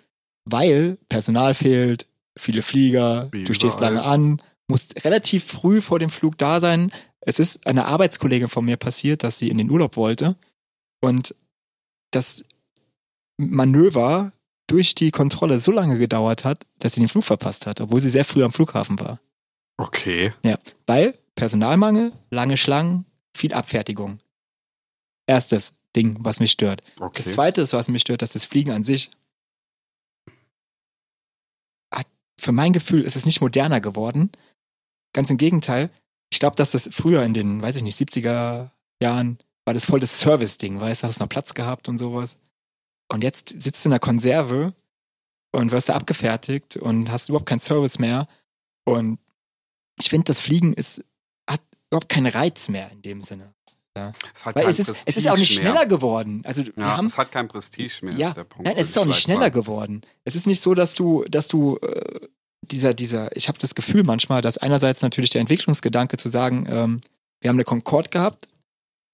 weil Personal fehlt, viele Flieger, Wie du stehst überall. lange an, musst relativ früh vor dem Flug da sein. Es ist einer Arbeitskollegin von mir passiert, dass sie in den Urlaub wollte und das Manöver durch die Kontrolle so lange gedauert hat, dass sie den Flug verpasst hat, obwohl sie sehr früh am Flughafen war. Okay. Weil Personalmangel, lange Schlangen, viel Abfertigung. Erstes Ding, was mich stört. Okay. Das zweite ist, was mich stört, dass das Fliegen an sich hat, für mein Gefühl ist es nicht moderner geworden. Ganz im Gegenteil. Ich glaube, dass das früher in den, weiß ich nicht, 70er Jahren war das voll das Service-Ding, weißt du, hast noch Platz gehabt und sowas. Und jetzt sitzt du in der Konserve und wirst da abgefertigt und hast überhaupt keinen Service mehr. Und ich finde, das Fliegen ist, hat überhaupt keinen Reiz mehr in dem Sinne. es hat Weil kein es ist, es ist Prestige auch nicht mehr. schneller geworden. Also wir Ja, haben es hat kein Prestige mehr, Ja, ist der Punkt. Nein, es ist auch nicht schneller geworden. Es ist nicht so, dass du, dass du äh, dieser, dieser, ich habe das Gefühl manchmal, dass einerseits natürlich der Entwicklungsgedanke zu sagen, ähm, wir haben eine Concorde gehabt,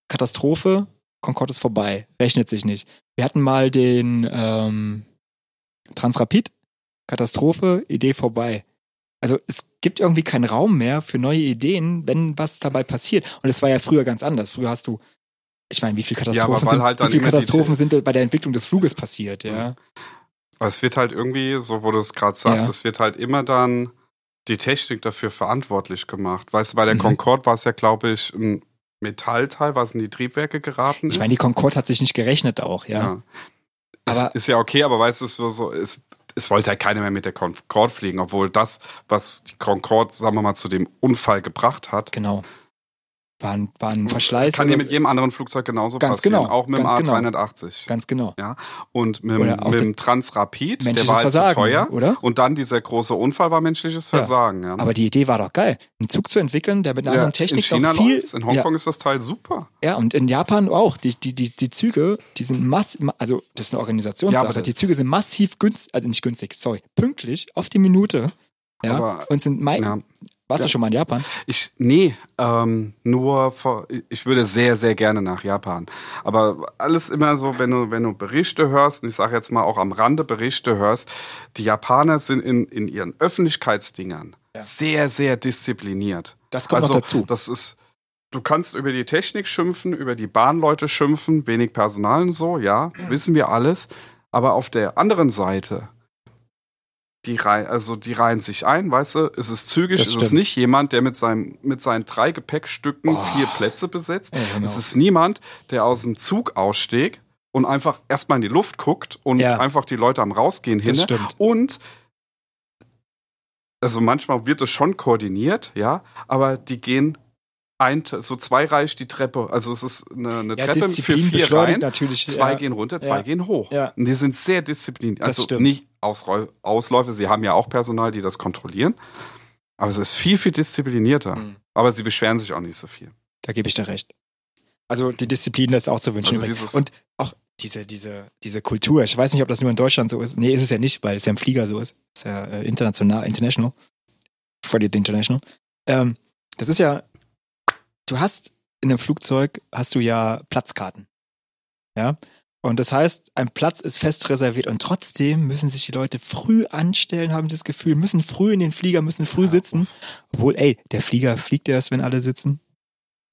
Katastrophe, Concorde ist vorbei, rechnet sich nicht. Wir hatten mal den ähm, Transrapid, Katastrophe, Idee vorbei. Also es gibt irgendwie keinen Raum mehr für neue Ideen, wenn was dabei passiert. Und es war ja früher ganz anders. Früher hast du, ich meine, wie viele aber Katastrophen, weil sind, halt dann wie viele immer die- Mhm. Katastrophen sind bei der Entwicklung des Fluges passiert, ja. Aber es wird halt irgendwie, so wo du es gerade sagst, Ja. es wird halt immer dann die Technik dafür verantwortlich gemacht. Weißt du, bei der Mhm. Concorde war es ja, glaube ich, ein Metallteil, was in die Triebwerke geraten ist. Ich meine, die Concorde hat sich nicht gerechnet auch, ja. Aber Aber- ist, ist ja okay, aber weißt du, es, war so, es, es wollte halt keiner mehr mit der Concorde fliegen, obwohl das, was die Concorde, sagen wir mal, zu dem Unfall gebracht hat, Genau. War ein, war ein Verschleiß. Kann oder dir mit jedem anderen Flugzeug genauso Ganz passieren. genau, Auch mit dem ganz genau. A380. Ganz genau. Ja, und mit, dem- Oder auch mit dem das- Transrapid, der Menschliches war halt zu Versagen, teuer. oder? Und dann dieser große Unfall war menschliches Versagen. Ja. Aber die Idee war doch geil, einen Zug zu entwickeln, der mit einer ja, anderen Technik in China doch viel. läuft's, in Hongkong ist das Teil super. Ja, ja, und in Japan auch. Die, die, die, die Züge, die sind massiv, also das ist eine Ja, Organisationssache. aber- die Züge sind massiv günstig, also nicht günstig, sorry, pünktlich auf die Minute. Ja, Aber- und sind mein, Ja. warst du schon mal in Japan? Ich, nee, ähm, nur vor, ich würde sehr, sehr gerne nach Japan. Aber alles immer so, wenn du, wenn du Berichte hörst, und ich sage jetzt mal auch am Rande Berichte hörst, die Japaner sind in, in ihren Öffentlichkeitsdingern sehr, sehr diszipliniert. Das kommt noch Also, dazu. Das ist, du kannst über die Technik schimpfen, über die Bahnleute schimpfen, wenig Personal und so, ja, wissen wir alles. Aber auf der anderen Seite, die rein, also die reihen sich ein, weißt du, ist es zügig, Das ist es stimmt. Oh. nicht jemand, der mit seinem mit seinen drei Gepäckstücken vier Plätze besetzt. Ja, genau. Es ist niemand, der aus dem Zug aussteht und einfach erstmal in die Luft guckt und Ja. einfach die Leute am Rausgehen hin. Das stimmt. Und also manchmal wird es schon koordiniert, ja, aber die gehen ein, so zwei Reich die Treppe. Also es ist eine, eine Ja, Treppe Disziplin für vier beschleunigt Reihen. natürlich. Zwei ja. gehen runter, zwei Ja. gehen hoch. Ja. Und die sind sehr diszipliniert. Das Also stimmt. nicht Ausrau- Ausläufe, sie haben ja auch Personal, die das kontrollieren. Aber es ist viel, viel disziplinierter. Mhm. Aber sie beschweren sich auch nicht so viel. Da gebe ich dir recht. Also die Disziplin lässt auch zu wünschen Also übrig. dieses- Und auch diese, diese, diese Kultur, ich weiß nicht, ob das nur in Deutschland so ist. Nee, ist es ja nicht, weil es ja im Flieger so ist. Ist ja äh, international, international. Freddie International. Ähm, das ist ja, du hast in einem Flugzeug, hast du ja Platzkarten. Ja. Und das heißt, ein Platz ist fest reserviert und trotzdem müssen sich die Leute früh anstellen, haben das Gefühl, müssen früh in den Flieger, müssen früh sitzen. Obwohl, ey, der Flieger fliegt erst, wenn alle sitzen.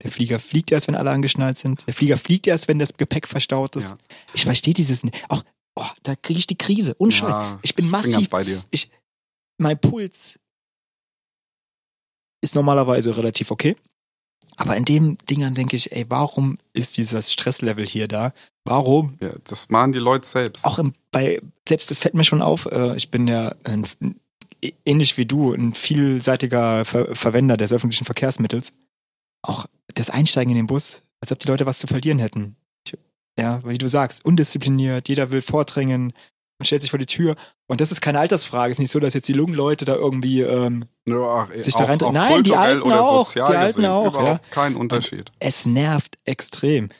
Der Flieger fliegt erst, wenn alle angeschnallt sind. Der Flieger fliegt erst, wenn das Gepäck verstaut ist. Ja. Ich verstehe dieses nicht. Auch, oh, da kriege ich die Krise. Ohne Ja, Scheiß. Ich bin Ich bin ganz massiv. bei dir. mein Puls ist normalerweise relativ okay. Aber in dem Dingern denke ich, ey, warum ist dieses Stresslevel hier da? Warum Ja, das machen die Leute selbst. auch im, bei, selbst das fällt mir schon auf, äh, ich bin ja ein, äh, ähnlich wie du ein vielseitiger Ver Verwender des öffentlichen Verkehrsmittels. Auch das Einsteigen in den Bus, als ob die Leute was zu verlieren hätten. Ich- Ja, wie du sagst, undiszipliniert, jeder will vordrängen, man stellt sich vor die Tür. Und das ist keine Altersfrage, es ist nicht so, dass jetzt die jungen Leute da irgendwie ähm, Ja, ach, sich da rein- Nein, die kulturell Alten auch, die Alten auch, überhaupt kein Unterschied. es nervt extrem.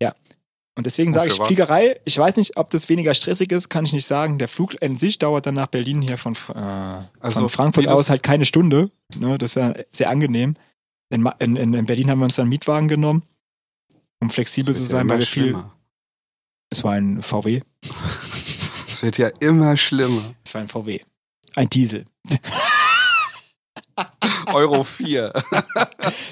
Ja. Und deswegen Und sage ich, für was? Fliegerei, ich weiß nicht, ob das weniger stressig ist, kann ich nicht sagen. Der Flug an sich dauert dann nach Berlin hier von, äh, Also von Frankfurt jedes- aus halt keine Stunde. Ne, das ist ja sehr angenehm. In, Ma- in, in in Berlin haben wir uns dann einen Mietwagen genommen, um flexibel Das zu wird sein, ja weil immer wir viel. schlimmer. Es war ein VW. Es wird ja immer schlimmer. Es war ein VW. Ein Diesel. [LAUGHS] Euro 4.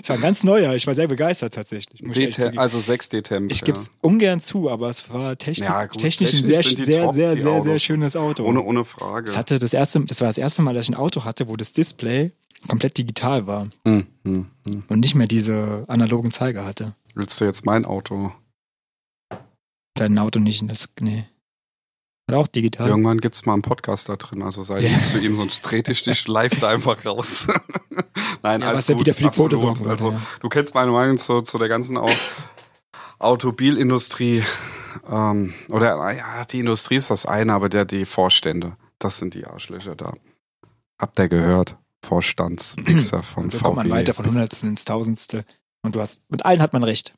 Es war ein ganz neuer. Ich war sehr begeistert tatsächlich. Muss ich ehrlich DT, zugeben. also 6 DTM. ich gebe es ungern zu, aber es war technisch, Ja, gut, technisch ein technisch sehr, sind die sehr, top, sehr, die sehr, sehr Autos. schönes Auto. ja. ohne, ohne Frage. Das hatte das erste, das war das erste Mal, dass ich ein Auto hatte, wo das Display komplett digital war Hm, hm, hm. und nicht mehr diese analogen Zeiger hatte. Willst du jetzt mein Auto? Dein Auto nicht, das, nee. War auch digital. Irgendwann gibt es mal einen Podcast da drin, also sei Ja. lieb zu ihm, sonst trete ich [LAUGHS] dich live da einfach raus. [LAUGHS] Nein, Ja, alles was ja gut, wieder für die Quote sorgen würde, Also, ja. du kennst meine Meinung zu, zu der ganzen Au Automobilindustrie. Ähm, oder, na ja, die Industrie ist das eine, aber der, die Vorstände, das sind die Arschlöcher da. Habt ihr gehört? Vorstandswichser von so VW. kommt man weiter von Hundertstel ins Tausendste. Und du hast, mit allen hat man recht.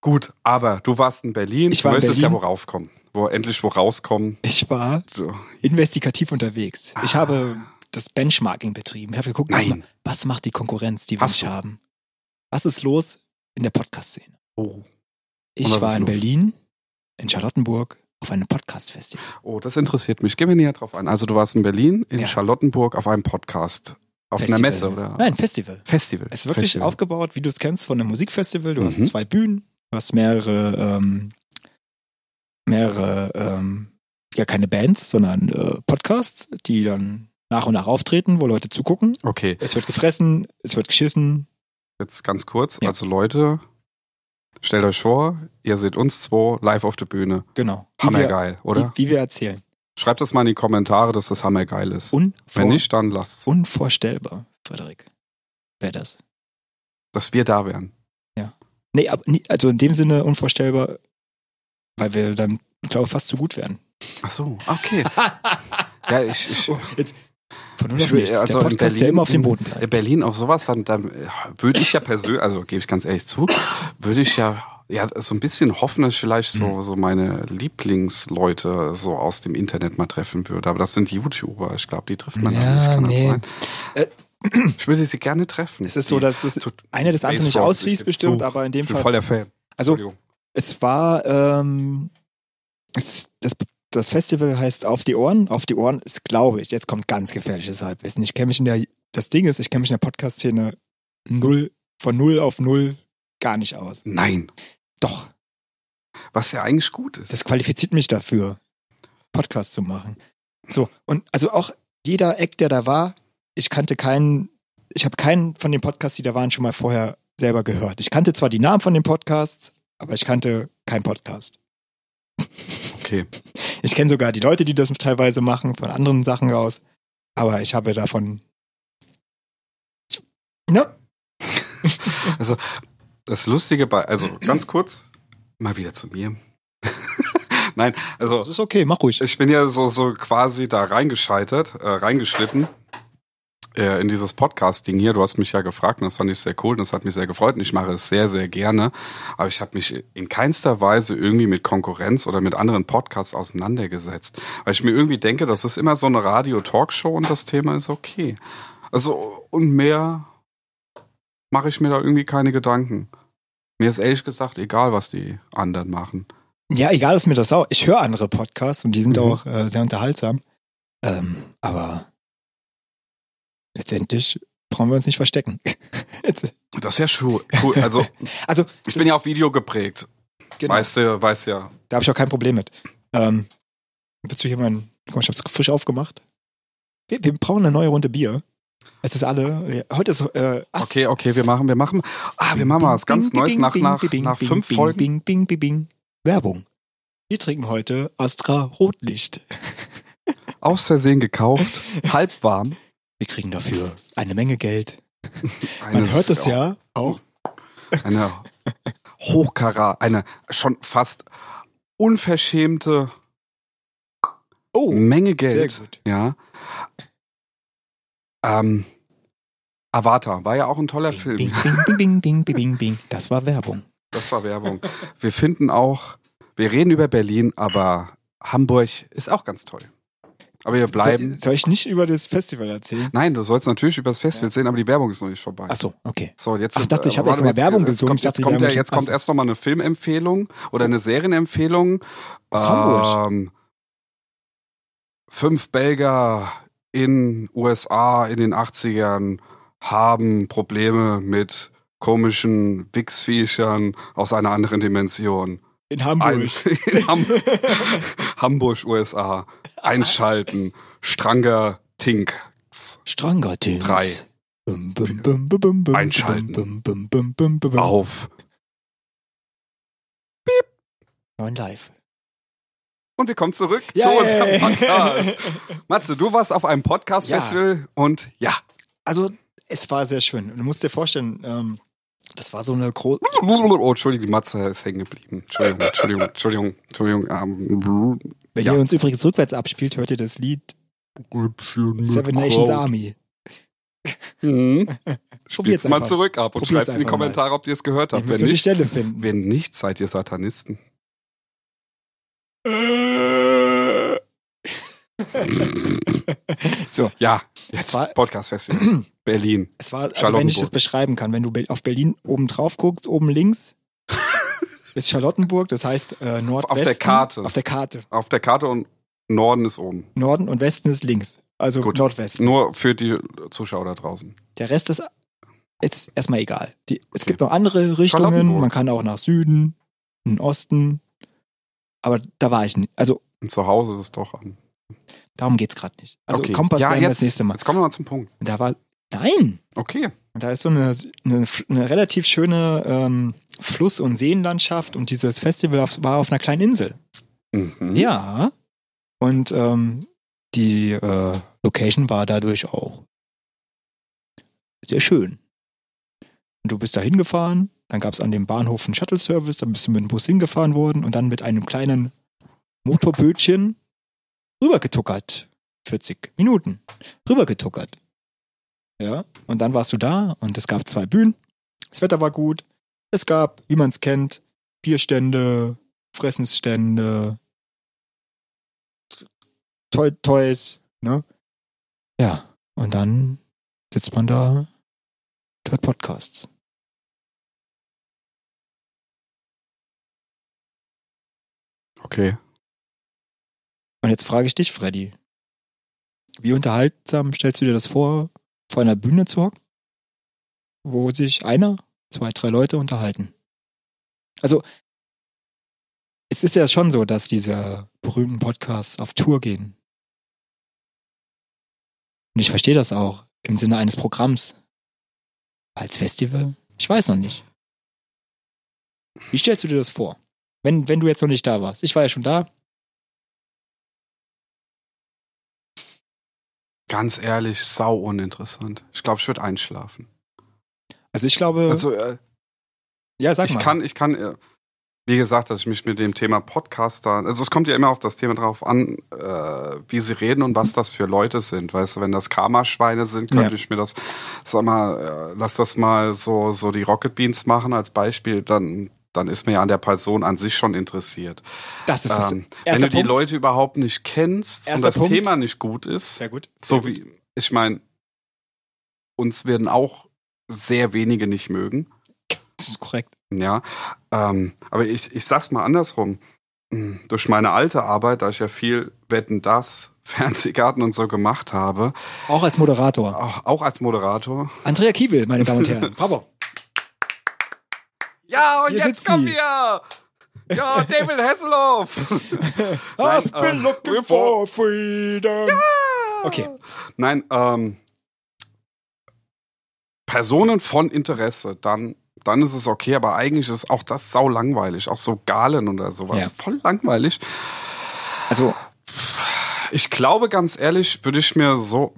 Gut, aber du warst in Berlin. Ich war du in möchtest Berlin. ja worauf kommen. Wo, endlich wo rauskommen. Ich war So. investigativ unterwegs. Ich habe das Benchmarking betrieben. Ich habe geguckt, was, Ah. Nein. ma- was macht die Konkurrenz, die wir Hast nicht du? haben. Was ist los in der Podcast-Szene? Oh. Und Ich was war ist in los? Berlin, in Charlottenburg, auf einem Podcast-Festival. Oh, das interessiert mich. Geh mir näher drauf ein. Also du warst in Berlin, in Ja. Charlottenburg auf einem Podcast. Auf Festival. einer Messe oder? Nein, Festival. Festival. Es ist wirklich Festival. aufgebaut, wie du es kennst, von einem Musikfestival. Du Mhm. hast zwei Bühnen, du hast mehrere, ähm, mehrere, ähm, ja keine Bands, sondern äh, Podcasts, die dann nach und nach auftreten, wo Leute zugucken. Okay, Es wird gefressen, es wird geschissen. jetzt ganz kurz. Ja. Also Leute, stellt euch vor, ihr seht uns zwei live auf der Bühne. Genau. Wie wir, Hammergeil, oder? Wie, wie wir erzählen. Schreibt das mal in die Kommentare, dass das hammergeil ist. Unvor Wenn nicht, dann lasst es. unvorstellbar, Frederik. Wer das? dass wir da wären. Nee, ab- nie- also in dem Sinne unvorstellbar, weil wir dann, glaube ich, fast zu gut wären. Ach so, [LAUGHS] okay. ja, ich, ich, Oh, jetzt von null Ich auf will- nichts. Der also in Podcast, der Berlin- immer auf dem Boden bleibt. Äh, Berlin auf sowas, dann, dann äh, würde ich ja persönlich, also gebe ich ganz ehrlich zu, würde ich ja, ja so ein bisschen hoffen, dass ich vielleicht Mhm. so, so meine Lieblingsleute so aus dem Internet mal treffen würde. Aber das sind die YouTuber, ich glaube, die trifft man Ja, da nicht, kann nee. Äh, das sein? Ich würde sie gerne treffen. Es ist so, dass das Tut- eine das andere Space nicht Force, ausschließt, ich gebe bestimmt, zu. aber in dem Ich bin Fall. voll der Fan. Also, Entschuldigung. Es war, ähm, es, das, das Festival heißt Auf die Ohren. Auf die Ohren ist, glaube ich, jetzt kommt ganz gefährliches Halbwissen. Ich kenne mich in der, das Ding ist, ich kenne mich in der Podcast-Szene null, von null auf null gar nicht aus. Nein, Doch, was ja eigentlich gut ist. das qualifiziert mich dafür, Podcast zu machen. So, und also auch jeder Eck, der da war, ich kannte keinen, ich habe keinen von den Podcasts, die da waren, schon mal vorher selber gehört. Ich kannte zwar die Namen von den Podcasts, aber ich kannte keinen Podcast. Okay. Ich kenne sogar die Leute, die das teilweise machen, von anderen Sachen aus. Aber ich habe davon. Ich- Ne? Das Lustige bei, also ganz kurz, mal wieder zu mir. [LAUGHS] Nein, also Das ist okay, mach ruhig. Ich bin ja so, so quasi da reingescheitert, äh, reingeschlitten äh, in dieses Podcasting hier. Du hast mich ja gefragt und das fand ich sehr cool und das hat mich sehr gefreut und ich mache es sehr, sehr gerne. Aber ich habe mich in keinster Weise irgendwie mit Konkurrenz oder mit anderen Podcasts auseinandergesetzt. Weil ich mir irgendwie denke, das ist immer so eine Radio-Talkshow und das Thema ist okay. Also und mehr mache ich mir da irgendwie keine Gedanken. Mir ist ehrlich gesagt egal, was die anderen machen. Ja, egal ist mir das auch. Ich höre andere Podcasts und die sind Mhm. auch äh, sehr unterhaltsam. Ähm, aber letztendlich brauchen wir uns nicht verstecken. [LAUGHS] Das ist ja schu- cool. Also also, Ich bin ja auf Video geprägt. genau, Weißt du, weißt ja. da habe ich auch kein Problem mit. Ähm, willst du hier meinen. Guck mal, ich habe es frisch aufgemacht. Wir, wir brauchen eine neue Runde Bier. Es ist alle. Heute ist äh, Ast Okay, okay, wir machen, wir machen. Ah, wir machen was ganz Neues nach, nach, nach fünf Folgen. Bing, bing, bing, bing. Werbung. Wir trinken heute Astra Rotlicht. Aus Versehen [LAUGHS] gekauft, halb warm. Wir kriegen dafür eine Menge Geld. Man hört das ja auch. Eine Hochkara, eine schon fast unverschämte Oh, Menge Geld. sehr gut. Ja. Ähm, Avatar war ja auch ein toller Film. Bing, bing, bing, bing, bing, bing, bing. Das war Werbung. Das war Werbung. Wir finden auch, wir reden über Berlin, aber Hamburg ist auch ganz toll. Aber wir bleiben. Soll, soll ich nicht über das Festival erzählen? Nein, du sollst natürlich über das Festival sehen, aber die Werbung ist noch nicht vorbei. Ach so, okay. So, jetzt, Ach, ich dachte, ich habe äh, jetzt warte, mal Werbung gesungen. Kommt, Ich dachte, jetzt die kommt, Werbung ja, schon- jetzt kommt Ach so. erst noch mal eine Filmempfehlung oder eine Serienempfehlung. Aus Hamburg. Ähm, fünf Belgier in USA in den 80ern haben Probleme mit komischen Wichsviechern aus einer anderen Dimension. In Ein, [LAUGHS] Hamburg. in Ham [LAUGHS] Hamburg, USA. Einschalten. Stranger Tinks. Stranger Teams. Drei. Bum, bum, bum, bum, bum, bum, Einschalten. Bum, bum, bum, bum, bum, bum. auf. Neun live. Und wir kommen zurück Yay! zu unserem Podcast. Matze, du warst auf einem Podcast-Festival und ja. [LAUGHS] Also, es war sehr schön. Du musst dir vorstellen, ähm, das war so eine große. Oh, Entschuldigung, die Matze ist hängen geblieben. Entschuldigung, Entschuldigung, Entschuldigung, Entschuldigung. Ähm, Wenn Ja. ihr uns übrigens rückwärts abspielt, hört ihr das Lied Seven Nations Army. Mhm. [LAUGHS] Probiert's Spiel's mal einfach. zurück ab und Probier's schreib's in die einfach mal. Kommentare, ob ihr es gehört Ich habt. muss Wenn nur die nicht, Stelle [LAUGHS] finden. wenn nicht, seid ihr Satanisten. so, Ja, Es jetzt war- Podcast-Festival. [CLEARS THROAT] Berlin. es war, also wenn Charlottenburg. ich das beschreiben kann, wenn du Be- auf Berlin oben drauf guckst, [LAUGHS] oben links ist Charlottenburg, das heißt äh, Nordwesten. der Karte. Auf der Karte. Auf der Karte und Norden ist oben. Norden und Westen ist links, also Gut. Nordwesten. Nur für die Zuschauer da draußen. Der Rest ist jetzt erstmal egal. Die, es Okay. gibt noch andere Richtungen, Charlottenburg. man kann auch nach Süden, in den Osten, aber da war ich nicht. Also Und zu Hause ist es doch an. darum geht's gerade nicht. Also Okay. Kompass Ja, werden wir jetzt- das nächste Mal. Jetzt kommen wir mal zum Punkt. Und da war, nein, Okay. Und da ist so eine, eine, eine relativ schöne ähm, Fluss- und Seenlandschaft und dieses Festival auf, war auf einer kleinen Insel. Mhm. Ja. Und ähm, die äh, Location war dadurch auch sehr schön. Und du bist da hingefahren, dann gab es an dem Bahnhof einen Shuttle-Service, dann bist du mit dem Bus hingefahren worden und dann mit einem kleinen Motorbötchen rübergetuckert. 40 Minuten rübergetuckert. Ja, und dann warst du da und es gab zwei Bühnen. Das Wetter war gut. Es gab, wie man es kennt, Bierstände, Fressensstände, Toy Toys, ne? Ja, und dann sitzt man da, und hört Podcasts. Okay. Und jetzt frage ich dich, Freddy. Wie unterhaltsam stellst du dir das vor, vor einer Bühne zu hocken, wo sich einer, zwei, drei Leute unterhalten? Also, es ist ja schon so, dass diese berühmten Podcasts auf Tour gehen. Und ich verstehe das auch im Sinne eines Programms. Als Festival? Ich weiß noch nicht. Wie stellst du dir das vor? Wenn, wenn du jetzt noch nicht da warst. Ich war ja schon da. Ganz ehrlich, sau uninteressant. Ich glaube, ich würde einschlafen. Also ich glaube, Also, äh, ja, sag ich mal. kann, ich kann, äh, wie gesagt, dass ich mich mit dem Thema Podcaster, also es kommt ja immer auf das Thema drauf an, äh, wie sie reden und was das für Leute sind. Weißt du, wenn das Karma-Schweine sind, könnte Ja. ich mir das, sag mal, äh, lass das mal so, so die Rocket Beans machen als Beispiel, dann, dann ist mir ja an der Person an sich schon interessiert. das ist das. Ähm, wenn Erster du die Punkt. Leute überhaupt nicht kennst und Erster das Punkt. Thema nicht gut ist, Sehr gut. so sehr gut. wie, ich meine, uns werden auch sehr wenige nicht mögen. Das ist korrekt. Ja, ähm, aber ich, ich sag's mal andersrum. Hm, Durch meine alte Arbeit, da ich ja viel Wetten das, [LAUGHS] Fernsehgarten und so gemacht habe, Auch als Moderator. auch, auch als Moderator. Andrea Kiebel, meine Damen [LAUGHS] und Herren. Bravo. Ja, und Hier jetzt sitzt kommen sie. wir! [LAUGHS] Ja, David Hasselhoff! Nein, I've been äh, looking for freedom. Okay. Nein, ähm, Personen von Interesse, dann, dann ist es okay, aber eigentlich ist auch das sau langweilig, auch so Galen oder sowas. Ja. Voll langweilig. Also, Ich glaube, ganz ehrlich, würde ich mir so,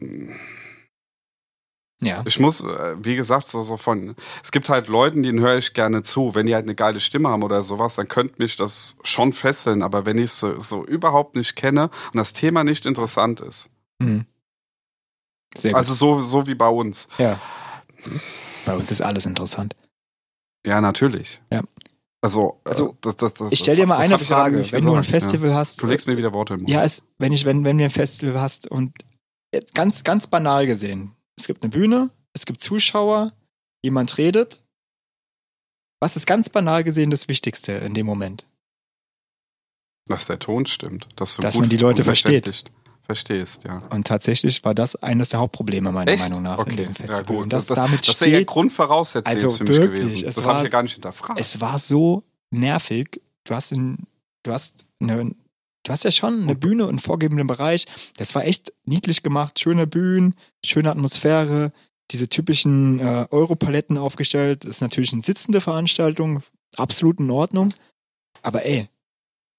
ja. Ich muss, äh, wie gesagt, so, so von. Es gibt halt Leuten, denen höre ich gerne zu. Wenn die halt eine geile Stimme haben oder sowas, dann könnte mich das schon fesseln. Aber wenn ich es so, so überhaupt nicht kenne und das Thema nicht interessant ist. Mhm. Sehr gut. Also so, so wie bei uns. ja. Bei uns ist alles interessant. Ja, natürlich. Ja. Also, Also, also das, das, das, Ich stell dir mal das eine hab ich leider Frage. nicht Wenn du ein gesagt, Ja. Festival hast, Du legst mir wieder Worte im Mund. Ja, es, wenn ich, wenn, wenn wir ein Festival hast und jetzt ganz, ganz banal gesehen, es gibt eine Bühne, es gibt Zuschauer, jemand redet. Was ist ganz banal gesehen das Wichtigste in dem Moment? Dass der Ton stimmt. Dass, du Dass gut man die Leute und versteht. verständlich- Verstehst, ja. Und tatsächlich war das eines der Hauptprobleme meiner Echt? Meinung nach okay. in diesem Festival. Ja, gut. Und das, das, damit das wäre ja steht, Grundvoraussetzung Also jetzt für mich wirklich, gewesen. es Das habe war- ich ja gar nicht hinterfragt. es war so nervig. Du hast in, du hast eine, du hast ja schon eine Bühne und einen vorgegebenen Bereich. Das war echt niedlich gemacht, schöne Bühnen, schöne Atmosphäre, diese typischen äh, Europaletten aufgestellt. Ist natürlich eine sitzende Veranstaltung, absolut in Ordnung. Aber ey,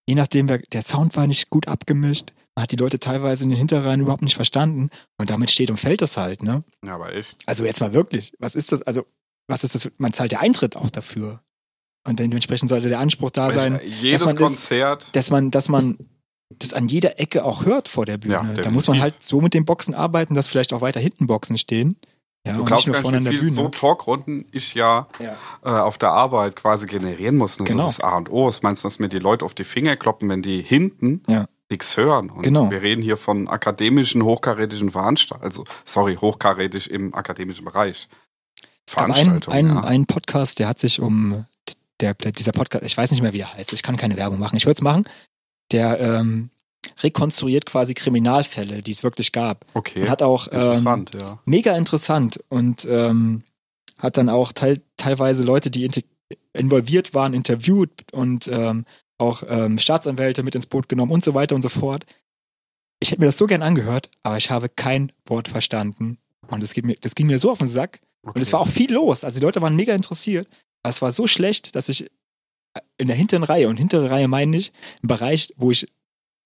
je nachdem, wer, der Sound war nicht gut abgemischt. Man hat die Leute teilweise in den Hinterreihen überhaupt nicht verstanden. Und damit steht und fällt das halt, ne? ja, aber echt. Also jetzt mal wirklich, was ist das? Also, was ist das? Man zahlt ja Eintritt auch dafür. Und dementsprechend sollte der Anspruch da sein, Ich- jedes dass man das- Konzert. dass man, dass man das an jeder Ecke auch hört vor der Ja, Bühne. da definitiv. muss man halt so mit den Boxen arbeiten, dass vielleicht auch weiter hinten Boxen stehen. du Ja, und nicht glaubst nur gar vorne an nicht, der wie viel Bühne. so Talkrunden ich ja, Ja. äh, auf der Arbeit quasi generieren muss. Und Das Genau. ist das A und O. Was meinst du, was mir die Leute auf die Finger kloppen, wenn die hinten Ja. nichts hören? Und Genau. wir reden hier von akademischen, hochkarätischen Veranstaltungen. Also, sorry, hochkarätisch im akademischen Bereich. Es gab einen, Veranstaltungen, einen, ja. einen Podcast, der hat sich um der, dieser Podcast, ich weiß nicht mehr, wie er heißt, ich kann keine Werbung machen, ich würde es machen, der ähm, rekonstruiert quasi Kriminalfälle, die es wirklich gab. Okay. Und hat auch ähm, Interessant, ja. mega interessant und ähm, hat dann auch teil teilweise Leute, die integ- involviert waren, interviewt und ähm, auch ähm, Staatsanwälte mit ins Boot genommen und so weiter und so fort. Ich hätte mir das so gern angehört, aber ich habe kein Wort verstanden. Und das ging mir, das ging mir so auf den Sack. Okay. Und es war auch viel los. Also die Leute waren mega interessiert. Aber es war so schlecht, dass ich äh, in der hinteren Reihe, und hintere Reihe meine ich, im Bereich, wo ich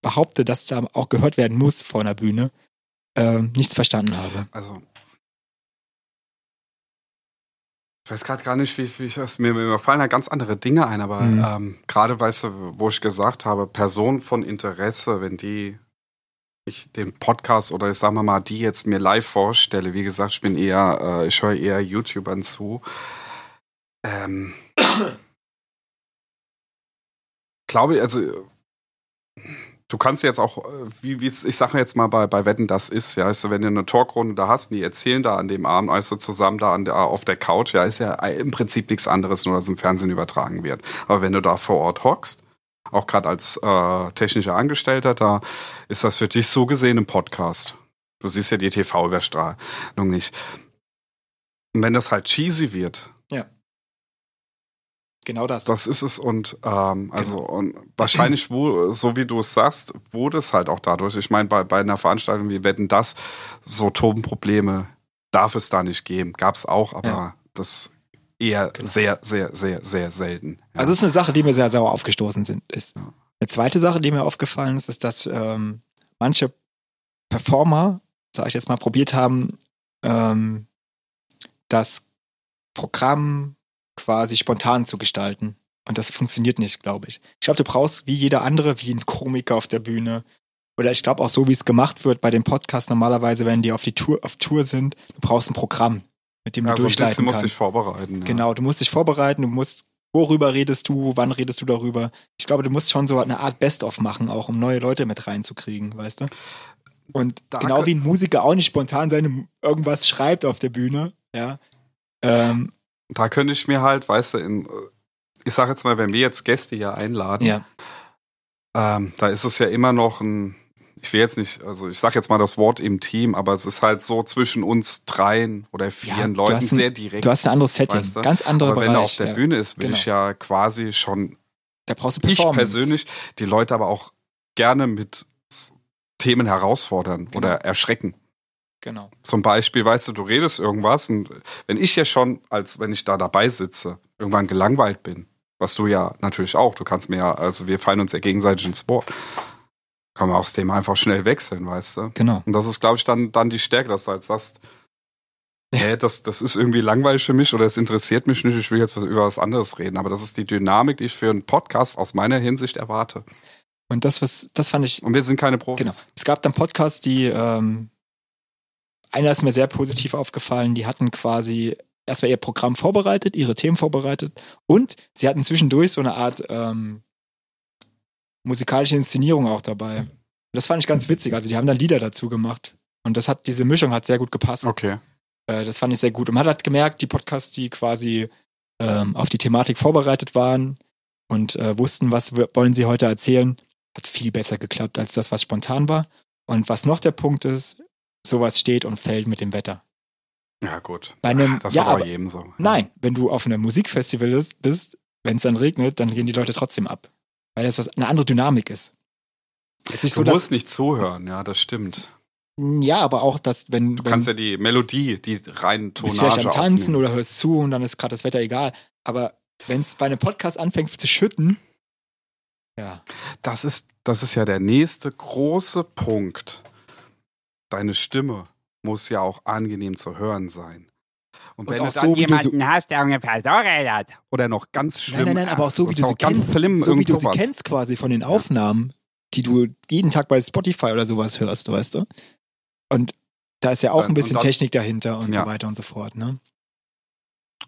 behaupte, dass da auch gehört werden muss vor einer Bühne, ähm, nichts verstanden habe. Also, Ich weiß gerade gar nicht, wie, wie ich das mir, mir fallen da ganz andere Dinge ein, aber Mhm. ähm, gerade weißt du, wo ich gesagt habe, Person von Interesse, wenn die ich den Podcast oder ich sag mal mal, die jetzt mir live vorstelle, wie gesagt, ich bin eher, äh, ich höre eher YouTubern zu. Ähm, glaube, also du kannst jetzt auch, äh, wie wie es- ich sage jetzt mal bei, bei Wetten, das ist, ja, weißt du, wenn du eine Talkrunde da hast, und die erzählen da an dem Abend, weißt du, zusammen da an der, auf der Couch, ja, ist ja im Prinzip nichts anderes, nur dass im Fernsehen übertragen wird. Aber wenn du da vor Ort hockst, auch gerade als äh, technischer Angestellter, da ist das für dich so gesehen im Podcast. Du siehst ja die TV-Überstrahlung nicht. Und wenn das halt cheesy wird, Genau das. das ist es und ähm, also Genau. und wahrscheinlich, wo, so wie du es sagst, wurde es halt auch dadurch. Ich meine, bei, bei einer Veranstaltung wie Wetten das, so Tobenprobleme darf es da nicht geben. Gab es auch, aber Ja. das eher Genau. sehr, sehr, sehr, sehr selten. Ja. Also es ist eine Sache, die mir sehr sauer aufgestoßen sind, ist. Ja. Eine zweite Sache, die mir aufgefallen ist, ist, dass ähm, manche Performer, sage ich jetzt mal, probiert haben, ähm, das Programm quasi spontan zu gestalten. Und das funktioniert nicht, glaube ich. Ich glaube, du brauchst wie jeder andere, wie ein Komiker auf der Bühne. Oder ich glaube auch so, wie es gemacht wird bei dem Podcast normalerweise, wenn die auf die Tour, auf Tour sind, du brauchst ein Programm, mit dem du ja, so Also, ein durchleiten bisschen kannst. muss ich vorbereiten. Ja. Genau, du musst dich vorbereiten, du musst, worüber redest du, wann redest du darüber. Ich glaube, du musst schon so eine Art Best-of machen, auch um neue Leute mit reinzukriegen, weißt du? Und Da genau kö- wie ein Musiker auch nicht spontan seine irgendwas schreibt auf der Bühne, ja. Ähm, Da könnte ich mir halt, weißt du, in, ich sage jetzt mal, wenn wir jetzt Gäste hier einladen, ja. Ähm, da ist es ja immer noch ein, ich will jetzt nicht, also ich sag jetzt mal das Wort im Team, aber es ist halt so zwischen uns dreien oder Ja, vieren du Leuten hast ein- sehr direkt. Du hast ein anderes Setting, Weißt du? ganz anderer aber wenn er auf Bereich. der ja. Bühne ist, will Genau. ich ja quasi schon, Da brauchst du ich Performance. persönlich, die Leute aber auch gerne mit s- Themen herausfordern Genau. oder erschrecken. Genau. Zum Beispiel, weißt du, du redest irgendwas und wenn ich ja schon, als wenn ich da dabei sitze, irgendwann gelangweilt bin, was du ja natürlich auch, du kannst mir ja, also wir fallen uns ja gegenseitig ins Wort, kann man auch das Thema einfach schnell wechseln, weißt du? Genau. Und das ist, glaube ich, dann, dann die Stärke, dass du halt sagst, nee, das, das ist irgendwie langweilig für mich oder es interessiert mich nicht, ich will jetzt was- über was anderes reden. Aber das ist die Dynamik, die ich für einen Podcast aus meiner Hinsicht erwarte. Und das, was, das fand ich Und wir sind keine Profis. Genau. Es gab dann Podcasts, die ähm, einer ist mir sehr positiv aufgefallen, die hatten quasi erstmal ihr Programm vorbereitet, ihre Themen vorbereitet und sie hatten zwischendurch so eine Art ähm, musikalische Inszenierung auch dabei. Und das fand ich ganz witzig. Also die haben dann Lieder dazu gemacht. Und das hat, diese Mischung hat sehr gut gepasst. Okay. Äh, das fand ich sehr gut. Und man hat halt gemerkt, die Podcasts, die quasi ähm, auf die Thematik vorbereitet waren und äh, wussten, was wir- wollen sie heute erzählen, hat viel besser geklappt als das, was spontan war. Und was noch der Punkt ist, sowas steht und fällt mit dem Wetter. Ja, gut. Bei einem, Das ja, ist aber, aber, jedem so. nein, wenn du auf einem Musikfestival ist- bist, wenn es dann regnet, dann gehen die Leute trotzdem ab. Weil das was, eine andere Dynamik ist. Es ist nicht Du so, dass, musst nicht zuhören, ja, das stimmt. ja, aber auch, dass, wenn, Du wenn kannst ja die Melodie, die reinen Du Tonage bist vielleicht am aufnehmen. Tanzen oder hörst zu und dann ist gerade das Wetter egal. Aber wenn es bei einem Podcast anfängt zu schütten, ja, Das ist, das ist ja der nächste große Punkt. Deine Stimme muss ja auch angenehm zu hören sein. Und, Und wenn auch du dann so, wie du jemand so- jemanden hast, der ungefähr so redet. oder noch ganz schlimm, nein, nein, nein, aber auch so wie und du sie noch ganz kennst, schlimm so wie du sie irgendwas. kennst quasi von den Aufnahmen, die du jeden Tag bei Spotify oder sowas hörst, weißt du? Und da ist ja auch Dann- ein bisschen und dann- Technik dahinter und Ja. so weiter und so fort, ne?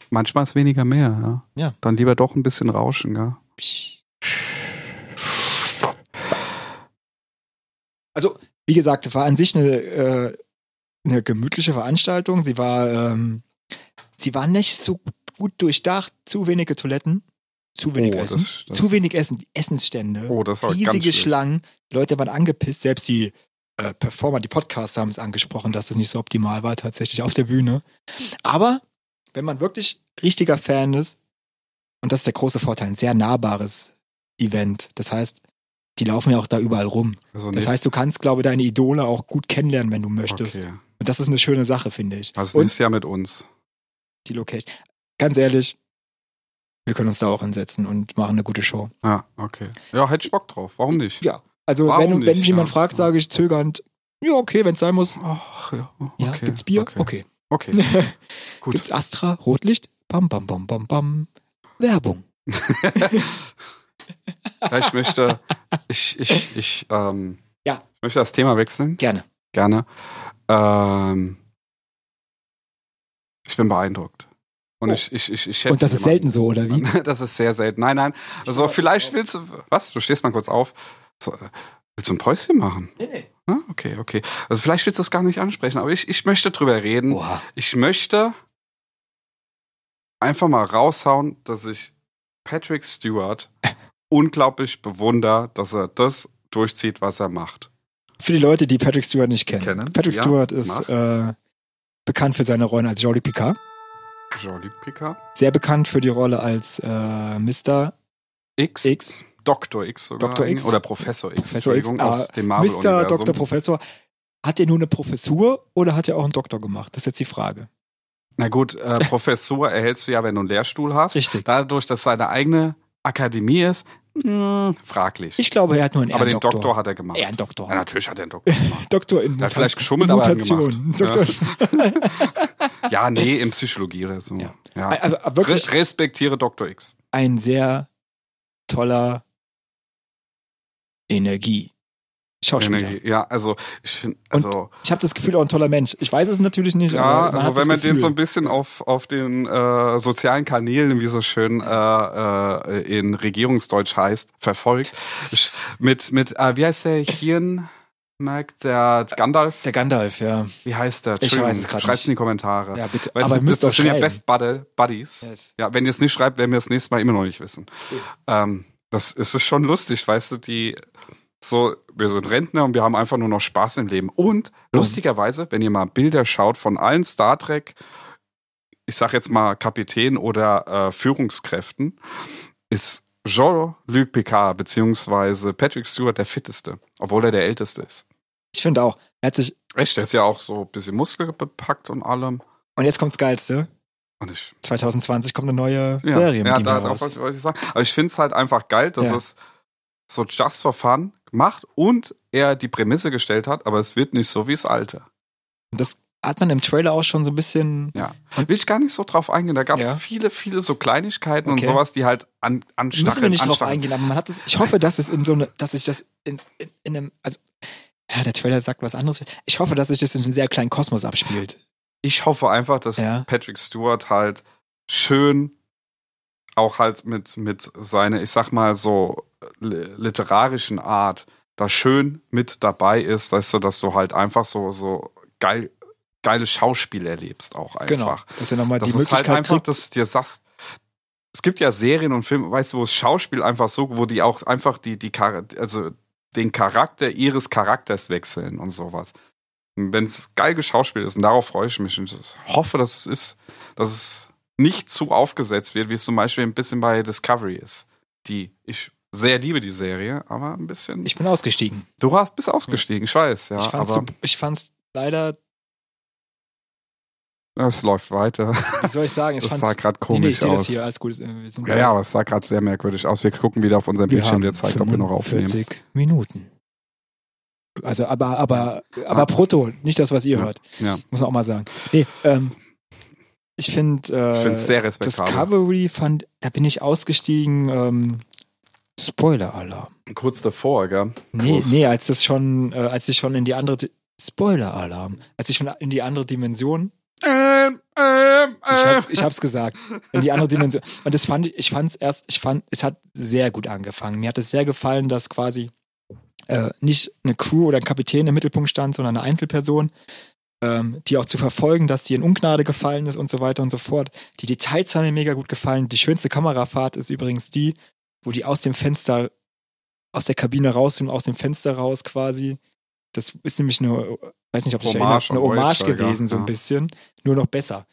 Manchmal ist weniger mehr, ja. Ja. Dann lieber doch ein bisschen rauschen, ja. Psch. Also, wie gesagt, war an sich eine, äh, eine gemütliche Veranstaltung. Sie war, ähm, sie war nicht so gut durchdacht. Zu wenige Toiletten, zu wenig Oh, das- Essen, das- zu wenig Essen, Essensstände, Oh, das war ganz riesige schlimm. Schlangen. Die Leute waren angepisst. Selbst die äh, Performer, die Podcaster haben es angesprochen, dass das nicht so optimal war tatsächlich auf der Bühne. Aber wenn man wirklich richtiger Fan ist, und das ist der große Vorteil, ein sehr nahbares Event. Das heißt, die laufen ja auch da überall rum. Also Das heißt, du kannst, glaube ich, deine Idole auch gut kennenlernen, wenn du möchtest. okay. Und das ist eine schöne Sache, finde ich. Also Und nächstes Jahr mit uns. die Location. Ganz ehrlich, wir können uns da auch hinsetzen und machen eine gute Show. Ja, okay. Ja, hätte ich Bock drauf. Warum nicht? Ja. Also, Warum wenn, wenn nicht? mich jemand Ja. fragt, sage ich zögernd, ja, okay, wenn es sein muss. Ach, ja. Oh, Okay. Ja, gibt's Bier? Okay. [LAUGHS] Okay. okay. Gut. gibt's Astra, Rotlicht? Bam, bam, bam, bam, bam. Werbung. Ja, Ich möchte, ich, ich, ich, ähm, Ja. ich möchte das Thema wechseln, Gerne. gerne. Ähm, ich bin beeindruckt. Und Oh. ich, ich, ich, ich schätze Und das ist jemanden. selten so, oder wie? [LAUGHS] Das ist sehr selten. Nein, nein. Also glaub, vielleicht ich willst du. Was? Du stehst mal kurz auf. So, äh, willst du ein Päuschen machen? Nee, nee. Ah, okay, okay. Also vielleicht willst du es gar nicht ansprechen, aber ich, ich möchte drüber reden. Boah. Ich möchte einfach mal raushauen, dass ich Patrick [LAUGHS] Stewart unglaublich bewundere, dass er das durchzieht, was er macht. Für die Leute, die Patrick Stewart nicht kennen. Kennen, Patrick ja, Stewart ist mach. äh, bekannt für seine Rollen als Jolly Picard. Jean-Luc Picard. Sehr bekannt für die Rolle als äh, Mr. X. X. Dr. X sogar. Dr. X. Oder Professor X. Professor X, Entschuldigung, ah, aus dem Mr. Dr. Marvel-Universum. Professor. Hat er nur eine Professur oder hat er auch einen Doktor gemacht? Das ist jetzt die Frage. Na gut, [LAUGHS] äh, Professur erhältst du ja, wenn du einen Lehrstuhl hast. Richtig. Dadurch, dass seine eigene Akademie ist, mh, fraglich. Ich glaube, er hat nur einen aber den Ehrendoktor. Doktor, hat er gemacht. Er ein Doktor. Ja, natürlich hat er einen [LAUGHS] Doktor gemacht. Doktor Er in hat Muta- vielleicht geschummelt, aber er hat ihn Mutation. gemacht. ne? Doktor, Ja, nee, in Psychologie oder so. Ja. Ja. aber, aber also wirklich Re respektiere Dr. X. ein sehr toller Energie. Schauspieler. Energie. Ja, also ich finde, also, Ich habe das Gefühl, auch ein toller Mensch. Ich weiß es natürlich nicht, ja, aber man also hat wenn das man den Gefühl. so ein bisschen auf, auf den äh, sozialen Kanälen, wie so schön äh, äh, in Regierungsdeutsch heißt, verfolgt, ich- mit, mit äh, wie heißt der Hirn? Merkt der Gandalf? der Gandalf, ja. Wie heißt der? Ich Entschuldigung, weiß es grad Schreib's nicht. in die Kommentare. Ja, bitte. Weißt aber du, ihr müsst das, doch das sind ja schreiben. Best Buddy, Buddies. Yes. Ja, wenn ihr es nicht schreibt, werden wir es nächstes Mal immer noch nicht wissen. Ähm, das ist es schon lustig, weißt du, die so, wir sind Rentner und wir haben einfach nur noch Spaß im Leben. Und lustigerweise, wenn ihr mal Bilder schaut von allen Star Trek, ich sag jetzt mal Kapitän oder äh, Führungskräften, ist Jean-Luc Picard beziehungsweise Patrick Stewart der fitteste, obwohl er der älteste ist. Ich finde auch. Er hat sich, Echt, der ist ja auch so ein bisschen muskelbepackt und allem. und jetzt kommt's Geilste. Und ich 2020 kommt eine neue Ja, Serie mit ja, ihm da, darauf heraus. wollte ich- wollte ich sagen. Aber ich finde es halt einfach geil, dass Ja. es so just for fun macht und er die Prämisse gestellt hat, aber es wird nicht so wie das alte. Und das hat man im Trailer auch schon so ein bisschen. Ja. Will ich gar nicht so drauf eingehen. Da gab es Ja. viele, viele so Kleinigkeiten und Okay. sowas, die halt an, Müssen anstacheln. wir nicht drauf anstacheln. eingehen, aber man hat das, ich hoffe, dass es in so eine, dass ich das in, in, in einem, also, ja, der Trailer sagt was anderes. Ich hoffe, dass sich das in einem sehr kleinen Kosmos abspielt. Ich hoffe einfach, dass Ja. Patrick Stewart halt schön auch halt mit, mit seiner, ich sag mal so, li- literarischen Art da schön mit dabei ist, weißt du, dass du halt einfach so, so geil, geiles Schauspiel erlebst auch einfach. Genau. Dass er nochmal Das die ist halt Möglichkeit einfach, kriegt. dass du dir sagst, es gibt ja Serien und Filme, weißt du, wo das Schauspiel einfach so, wo die auch einfach die, die Char- also den Charakter ihres Charakters wechseln und sowas. Wenn es geil geschauspielt ist, und darauf freue ich mich und ich hoffe, dass es ist, dass es nicht zu aufgesetzt wird, wie es zum Beispiel ein bisschen bei Discovery ist, die ich sehr liebe, die Serie, aber ein bisschen. Ich bin ausgestiegen. du hast, bist ausgestiegen, ich weiß, ja, ich, fand's aber so, ich fand's leider, es läuft weiter. wie soll ich sagen, [LAUGHS] ich Das fand's. sah gerade nee, komisch nee, ich sehe aus. das hier, alles gut. äh, Wir sind Ja, bei- ja, aber es sah gerade sehr merkwürdig aus. Wir gucken wieder auf unseren wir Bildschirm, haben der zeigt, ob wir noch aufnehmen. 45 Minuten. Also, aber, aber, aber Ah. brutto, nicht das, was ihr Ja. hört. Ja. Muss man auch mal sagen. Nee, ähm, ich finde, Ich finde es äh, sehr respektabel. Discovery fand, da bin ich ausgestiegen, ähm, Spoiler-Alarm. Kurz davor, gell? Nee, Groß. nee, als das schon, äh, als ich schon in die andere, Di- Spoiler-Alarm, als ich schon in die andere Dimension Ähm, ähm, Ich ähm. hab's, ich hab's gesagt. In die andere Dimension. Und das fand ich, ich fand's erst, ich fand, es hat sehr gut angefangen. Mir hat es sehr gefallen, dass quasi äh, nicht eine Crew oder ein Kapitän im Mittelpunkt stand, sondern eine Einzelperson, ähm, die auch zu verfolgen, dass die in Ungnade gefallen ist und so weiter und so fort. Die Details haben mir mega gut gefallen. Die schönste Kamerafahrt ist übrigens die, wo die aus dem Fenster, aus der Kabine raus und aus dem Fenster raus quasi. Das ist nämlich eine, weiß nicht, ob ich Hommage erinnert, eine an Hommage Voyager, gewesen, so ja. ein bisschen. Nur noch besser.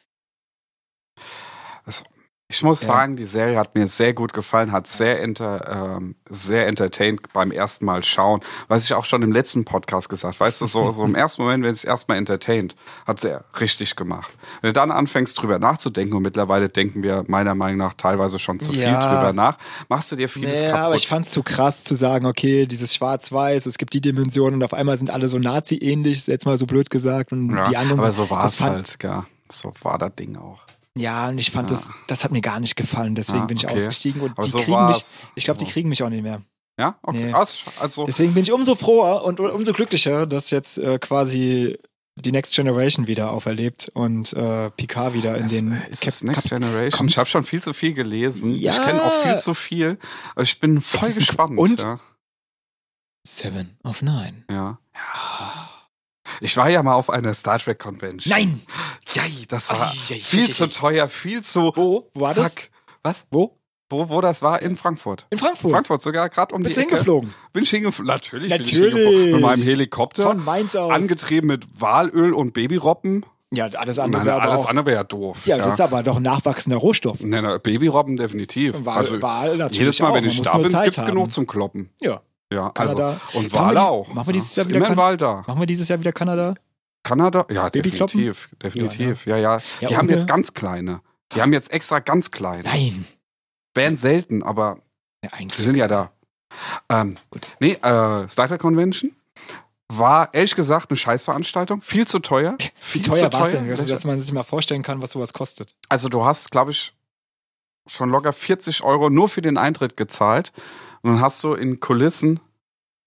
Ich muss Ja. sagen, die Serie hat mir sehr gut gefallen, hat sehr, enter, ähm, sehr entertained beim ersten Mal schauen. Was ich auch schon im letzten Podcast gesagt weißt du, so, [LAUGHS] so im ersten Moment, wenn es erstmal entertaint, hat sehr richtig gemacht. Wenn du dann anfängst, drüber nachzudenken, und mittlerweile denken wir meiner Meinung nach teilweise schon zu Ja. viel drüber nach, machst du dir vieles Naja, kaputt. aber ich fand's zu krass zu sagen, okay, dieses Schwarz-Weiß, es gibt die Dimension und auf einmal sind alle so Nazi-ähnlich, ist jetzt mal so blöd gesagt und Ja, die anderen. also aber so war das es fand- halt, ja. So war das Ding auch. Ja, und ich fand Ah. das, das hat mir gar nicht gefallen, deswegen Ah, bin ich okay. ausgestiegen und Aber die so kriegen mich, war's. ich glaube, die So. kriegen mich auch nicht mehr. Ja, okay. Nee. Ah, ist sch- Also, Deswegen bin ich umso froher und umso glücklicher, dass jetzt äh, quasi die Next Generation wieder auferlebt und äh, Picard wieder in Das- den ist das Cap- Next Cap- Generation. Komm. Ich habe schon viel zu viel gelesen. Ja. Ich kenne auch viel zu viel. Also ich bin voll ist ein- gespannt. und? Ja. Seven of Nine. ja. Ich war ja mal auf einer Star Trek Convention. Nein! Jei, das war Ai, ai, ai, viel ai, zu ai. teuer, viel zu. Wo war das? Zack. Was? Wo? Wo, wo das war? In Frankfurt. In Frankfurt. Frankfurt sogar, gerade um Bist die du Ecke. hingeflogen? Bin ich hingeflogen? Natürlich. Bin ich Natürlich. hingeflogen. Mit meinem Helikopter. Von Mainz aus. angetrieben mit Walöl und Babyrobben. ja, alles andere Nein, wäre aber alles auch. andere wäre ja doof. ja, das ist aber doch ein nachwachsender Rohstoff. Nee, na, Babyrobben definitiv. Wal- also, Wal natürlich jedes Mal, auch. wenn Man ich muss da nur bin, Zeit gibt's haben. genug zum Kloppen. Ja. Ja, Kanada. also und Machen wir Wale dies- auch. machen wir dieses ja, Jahr ist wieder immer ein Kan- Wal da. Machen wir dieses Jahr wieder Kanada? Kanada? Ja, Babykloppen? definitiv, definitiv. Ja, ja. ne? Ja, Die haben ohne- jetzt ganz kleine. Die haben jetzt extra ganz kleine. Nein. Wären selten, aber Eine sie Eins. sind ja da. Ähm, nee, äh, Star Trek Convention war ehrlich gesagt eine Scheißveranstaltung. Viel zu teuer. Wie Viel teuer zu war es denn, dass, dass man sich mal vorstellen kann, was sowas kostet? Also du hast, glaube ich, schon locker 40 Euro nur für den Eintritt gezahlt. Und dann hast du in Kulissen,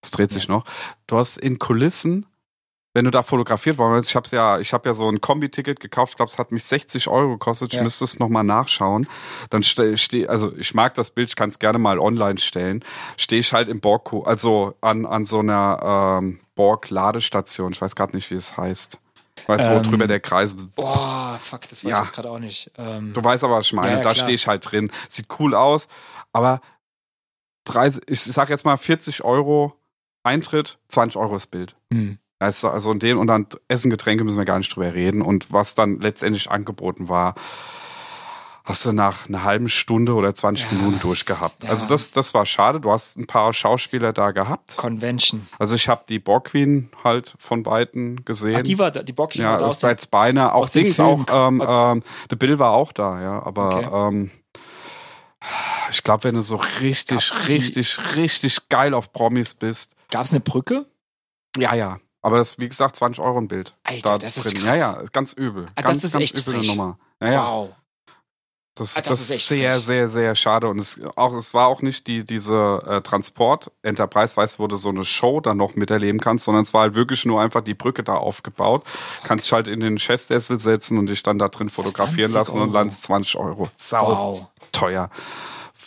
es dreht sich noch, du hast in Kulissen, wenn du da fotografiert worden bist, ich habe ja, ich hab ja so ein Kombi-Ticket gekauft, ich glaube, es hat mich 60 Euro gekostet, ich Ja. müsste es nochmal nachschauen. Dann stehe steh, also ich mag das Bild, ich kann es gerne mal online stellen, stehe ich halt im Borgku, also an, an so einer ähm, Borg-Ladestation, ich weiß gerade nicht, wie es heißt. Weißt du, wo Ähm, drüber der Kreis Boah, fuck, das weiß Ja. ich jetzt gerade auch nicht. Ähm, Du weißt aber, was ich meine. Ja, ja, da klar. stehe ich halt drin. Sieht cool aus, aber 30, ich sag jetzt mal 40 Euro Eintritt, 20 Euro das Bild. hm. Weißt du, Also in dem und dann Essen, Getränke müssen wir gar nicht drüber reden. Und was dann letztendlich angeboten war, hast du nach einer halben Stunde oder 20 Ja. Minuten durchgehabt. Ja. Also das, das war schade. Du hast ein paar Schauspieler da gehabt. Convention. Also ich habe die Borg Queen halt von Weitem gesehen. Ach, die war da, die Box Ja, war da das aus ist bei dem, Spiner. Auch aus dem Dings, auch Film. ähm, Aus- ähm, The Bill war auch da, ja. Aber Okay. ähm, ich glaube, wenn du so richtig, Gab's die- richtig, richtig geil auf Promis bist, Gab's eine Brücke? ja, ja. Aber das, wie gesagt, 20 Euro ein Bild. Alter, das ist Ja, krass. ja, ist ganz übel. Ah, das ganz, ist ganz echt üble frech. Nummer. Ja, ja. Wow. Das, Ah, das, ist echt sehr, frech. sehr, sehr schade. Und es, auch, es war auch nicht die, diese äh, Transport-Enterprise, weißt du, wo du so eine Show dann noch miterleben kannst, sondern es war halt wirklich nur einfach die Brücke da aufgebaut. Kannst dich halt in den Chefsessel setzen und dich dann da drin fotografieren 20 lassen und Euro. dann 20 Euro. Sau Wow. teuer.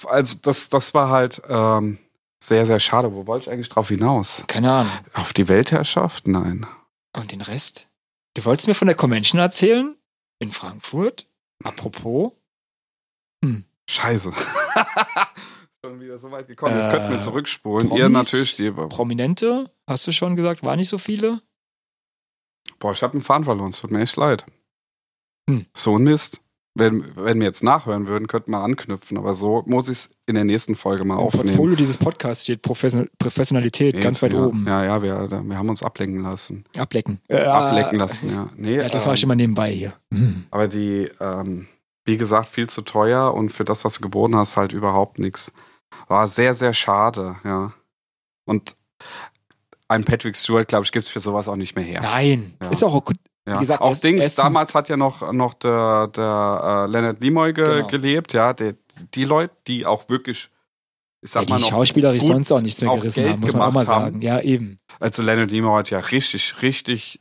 Also das, das war halt ähm, sehr, sehr schade. Wo wollte ich eigentlich drauf hinaus? Keine Ahnung. Auf die Weltherrschaft? Nein. Und den Rest? Du wolltest mir von der Convention erzählen? In Frankfurt? Apropos? Scheiße. [LAUGHS] Schon wieder so weit gekommen. Jetzt Äh, könnten wir zurückspulen. Ihr Promis? natürlich die. Prominente? Hast du schon gesagt, war nicht so viele? Boah, ich habe einen Faden verloren. Es tut mir echt leid. Hm. So ein Mist. Wenn, wenn wir jetzt nachhören würden, könnten wir anknüpfen. Aber so muss ich es in der nächsten Folge mal Im aufnehmen. Portfolio dieses Podcasts steht Profession Professionalität ganz weit ja. oben. Ja, ja, wir, wir haben uns ablenken lassen. Ablecken. Äh, ablenken lassen, ja. Nee, Ja, das war ähm, ich immer nebenbei hier. Hm. Aber die, ähm, wie gesagt, viel zu teuer und für das, was du geboten hast, halt überhaupt nichts. War sehr, sehr schade, ja. Und ein Patrick Stewart, glaube ich, gibt es für sowas auch nicht mehr her. Nein. Ja. Ist auch gut. Ja. Wie gesagt, auch es- Dings, Essen- damals hat ja noch, noch der, der äh, Leonard Nimoy ge Genau. gelebt, ja, die, die Leute, die auch wirklich, ich Ja, sag die mal noch, schauspielerisch gut sonst auch nichts mehr auch gerissen Geld haben, muss man auch mal gemacht haben. sagen. Ja, eben. also Leonard Nimoy hat ja richtig, richtig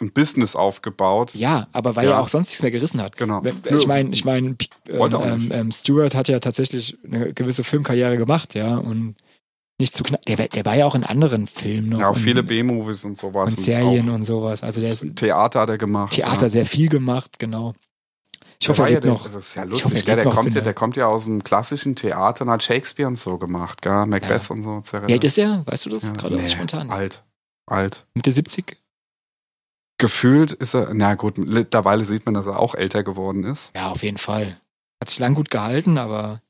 ein Business aufgebaut. Ja, aber weil Ja. er auch sonst nichts mehr gerissen hat. Genau. Wenn- Nö. Ich meine, ich meine, Pi- Wollte auch ähm, nicht. ähm, Stewart hat ja tatsächlich eine gewisse Filmkarriere gemacht, ja, und nicht zu knapp. Der, war- der war ja auch in anderen Filmen noch. Ja, auch und, viele B-Movies und sowas. und Serien und sowas. Also der ist Auch Theater hat er gemacht. Theater sehr viel gemacht, genau. Ich Der hoffe, er war lebt ja, noch. Der, das ist ja Ich lustig, hoffe, er gell? lebt Der, noch, kommt wenn ja, er- der kommt ja aus dem klassischen Theater und hat Shakespeare und so gemacht, gell? Macbeth und so. Wie alt ist er? Weißt du das? Ja, Gerade nee, spontan. Alt. Alt. Mitte 70? Gefühlt ist er, na gut, mittlerweile sieht man, dass er auch älter geworden ist. Ja, auf jeden Fall. Hat sich lang gut gehalten, aber.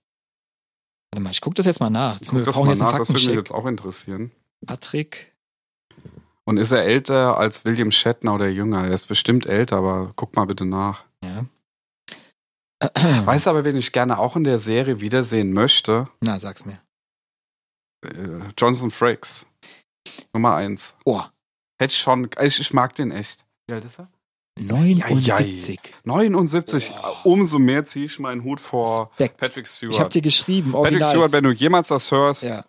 Warte mal, ich gucke das jetzt mal nach. Ich Wir guck das brauchen mal jetzt einen nach, das würde mich jetzt Faktencheck. auch interessieren. Patrick. Und ist er älter als William Shatner oder jünger? Er ist bestimmt älter, aber guck mal bitte nach. Ja. Weißt du aber, wen ich gerne auch in der Serie wiedersehen möchte? Na, sag's mir. Äh, Jonathan Frakes. Nummer eins. Oh, Hätte schon, ich, ich mag den echt. Wie alt ist er? 79. 79. Umso mehr ziehe ich meinen Hut vor Respekt. Patrick Stewart. Oh. Ich habe dir geschrieben, Patrick original. Stewart, wenn du jemals das hörst, ja.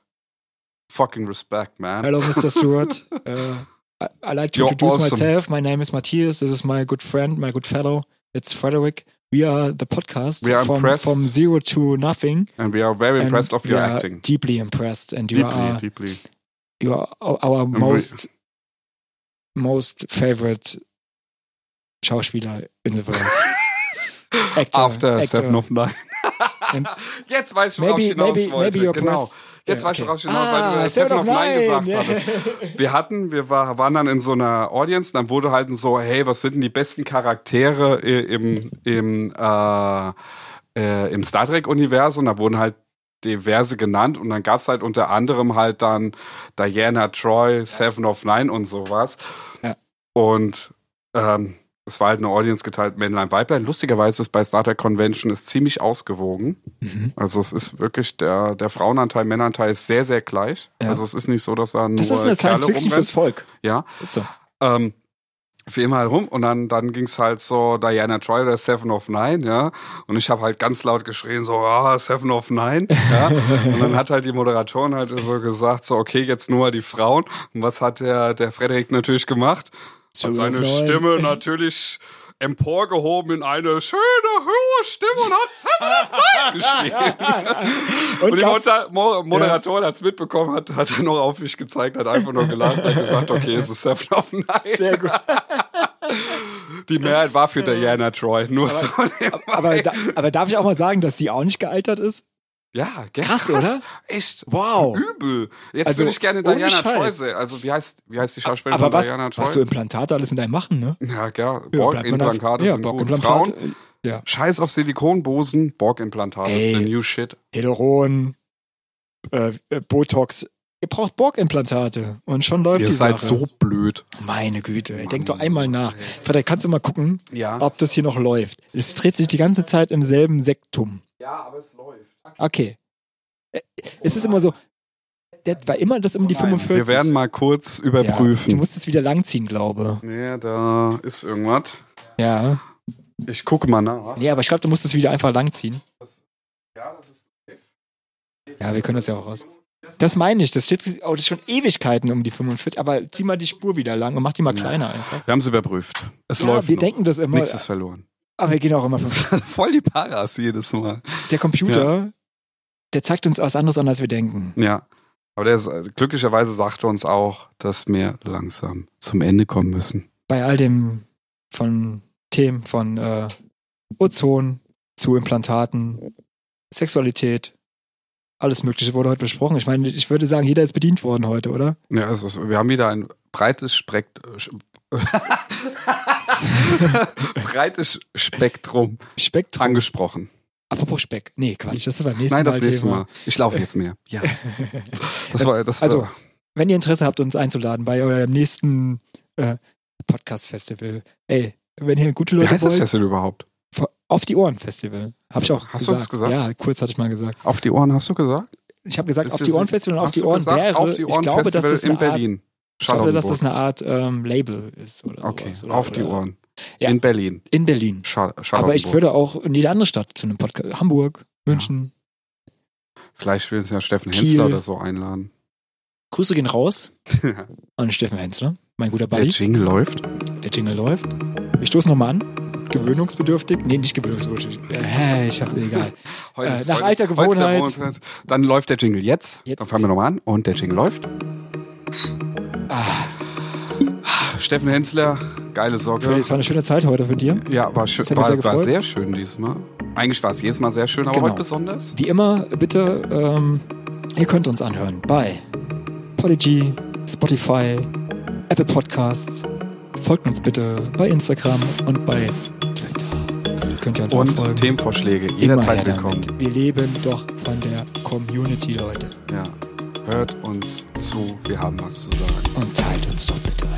fucking respect, man. Hello, [LAUGHS] Mr. Stewart. uh, I, I like to You're introduce awesome. myself. My name is Matthias. This is my good friend, my good fellow. It's Frederick. We are the podcast We are from, impressed. from zero to nothing. And we are very and impressed of we your are acting. Deeply impressed. And you Deeply, are deeply. you are our our we- most most favorite Schauspieler in [LAUGHS] the world. Actor, After actor. Seven of Nine. And [LAUGHS] Jetzt weißt du, worauf ich maybe hinaus maybe wollte. maybe your genau. breast. Jetzt Ja, weißt du, okay. Ah, worauf ich hinaus wollte, weil du Seven of Nine gesagt hattest. Wir hatten, wir war, waren dann in so einer Audience, dann wurde halt so, hey, was sind denn die besten Charaktere äh, im, im, äh, äh, im Star Trek-Universum? Da wurden halt diverse genannt und dann gab es halt unter anderem halt dann Diana Troy, Seven of Nine und sowas. Ja. Und ähm, es war halt eine Audience geteilt, Männlein, Weiblein. Lustigerweise ist bei Star Trek Convention ist ziemlich ausgewogen. Mhm. Also es ist wirklich, der, der Frauenanteil, Männeranteil ist sehr, sehr gleich. Ja. Also es ist nicht so, dass da nur Das ist Kerle eine Science Fiction rumrennen. fürs Volk. Ja, Ist so. ähm, für immer halt rum und dann, dann ging's halt so Diana Troy oder Seven of Nine, ja. Und ich habe halt ganz laut geschrien, so, ah, Seven of Nine, ja. Und dann hat halt die Moderatorin halt so gesagt, so, okay, jetzt nur mal die Frauen. Und was hat der, der Frederik natürlich gemacht? Hat Seven seine of Nine. Stimme natürlich emporgehoben in eine schöne, hohe Stimme und hat Seven of Nine geschrien. Und, die das- Moder Mo Moderatorin hat's mitbekommen, hat, hat er noch auf mich gezeigt, hat einfach nur gelacht, hat gesagt, okay, es ist Seven of Nine. Sehr gut. Die Mehrheit war für Diana Troy. Nur so Aber, da, aber darf ich auch mal sagen, dass sie auch nicht gealtert ist? [LAUGHS] ja, gell? Krass, oder? Echt Wow. übel. Jetzt Also, würde ich gerne ohne Diana Scheiß. Troy sehen. Also wie heißt, wie heißt die Schauspielerin Aber von was, Diana was so Troy? Implantate alles mit einem machen, ne? Ja, gell. Borg-Implantate ja, sind gut. Borg-Implantate. Frauen, Ja. scheiß auf Silikonbosen, Borg-Implantate ist Ey. the new shit. Hederon, äh, äh, Botox. Ihr braucht Borg-Implantate. Und schon läuft die Sache. blöd. Meine Güte, ey, Mann, denk doch einmal nach. Vater, kannst du mal gucken, Ja. ob das hier noch läuft. Es dreht sich die ganze Zeit im selben Sektum. Ja, aber es läuft. Okay. Äh, Es ist immer so, das war immer das um die 45. Oh Wir werden mal kurz überprüfen. Ja, du musst es wieder langziehen, glaube. nee, da ist irgendwas. Ja. Ich gucke mal nach. Nee, aber ich glaube, du musst es wieder einfach langziehen. Ja, das ist Ja, wir können das ja auch raus. Das meine ich, das steht oh, das ist schon Ewigkeiten um die 45, aber zieh mal die Spur wieder lang und mach die mal kleiner einfach. wir haben es überprüft. Es ja, läuft. wir noch. denken das immer, Nichts ist verloren. aber wir gehen auch immer von. [LAUGHS] Voll die Paras jedes Mal. Der Computer, der zeigt uns was anderes an, als wir denken. Ja. Aber der ist, äh, glücklicherweise sagte uns auch, dass wir langsam zum Ende kommen müssen. Bei all dem von Themen von äh, Ozon zu Implantaten, Sexualität, alles Mögliche wurde heute besprochen. Ich meine, ich würde sagen, jeder ist bedient worden heute, oder? Ja, es ist, wir haben wieder ein breites, Sprek Sch- [LAUGHS] breites Spektrum Spektrum. angesprochen. Apropos Speck. Nee, Quatsch, das ist beim nächsten Nein, das Mal nächste Thema. Mal. Ich laufe jetzt [LAUGHS] mehr. Ja. Das war, das war, Also, [LAUGHS] wenn ihr Interesse habt, uns einzuladen bei eurem nächsten äh, Podcast-Festival, ey, wenn ihr gute wie Leute heißt das wollt, Festival überhaupt? vor- auf die Ohren Festival. Hab ich auch Hast du gesagt. das gesagt? Ja, kurz hatte ich mal gesagt. Auf die Ohren hast du gesagt? Ich habe gesagt, Ist auf das- die Ohren Festival und auf hast die du Ohren gesagt, wäre. auf die Ohren ich glaube, dass Festival das in eine Art, Berlin. ich glaube, dass Charlottenburg. das eine Art ähm, Label ist oder Okay, sowas. Oder, auf die oder Ohren. Ja. In Berlin. In Berlin. Schar Aber ich Charlottenburg. würde auch in jede andere Stadt zu einem Podcast. Hamburg, München. Vielleicht will es ja Steffen Kiel. Hensler oder so einladen. Grüße [LAUGHS] gehen raus an Steffen Hensler, mein guter Der Buddy. Jingle läuft. Der Jingle läuft. Ich stoße nochmal an. Gewöhnungsbedürftig? Nee, nicht gewöhnungsbedürftig. Äh, ich hab's egal. Äh, nach alter heute ist der Gewohnheit. Monat. Dann läuft der Jingle jetzt. Jetzt. Dann fangen wir nochmal an. Und der Jingle läuft. Ah, Steffen Hensler, geile Freddy, Socke. es war eine schöne Zeit heute mit dir. Ja, war, schön, Das hat mich war, sehr sehr war sehr gefreut. schön diesmal. Eigentlich war es jedes Mal sehr schön, aber Genau. heute besonders. Wie immer, bitte, ähm, ihr könnt uns anhören bei Podigy, Spotify, Apple Podcasts. Folgt uns bitte bei Instagram und bei Twitter. Könnt ihr uns auch folgen. Und Themenvorschläge jederzeit her damit. willkommen. Wir leben doch von der Community, Leute. Ja. Hört uns zu, wir haben was zu sagen. Und teilt uns doch bitte ein.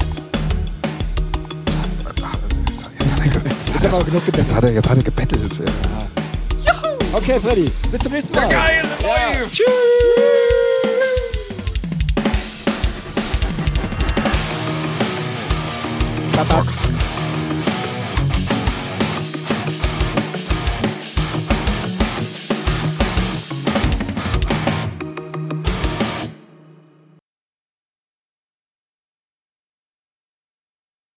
Ah, Jetzt, jetzt, hat, er, ge- jetzt, hat, Jetzt er, haben wir so- genug gebettelt. jetzt, hat, er, jetzt hat er gebettelt. Ja. Okay, Freddy, bis zum nächsten Mal. Geil, Tschüss.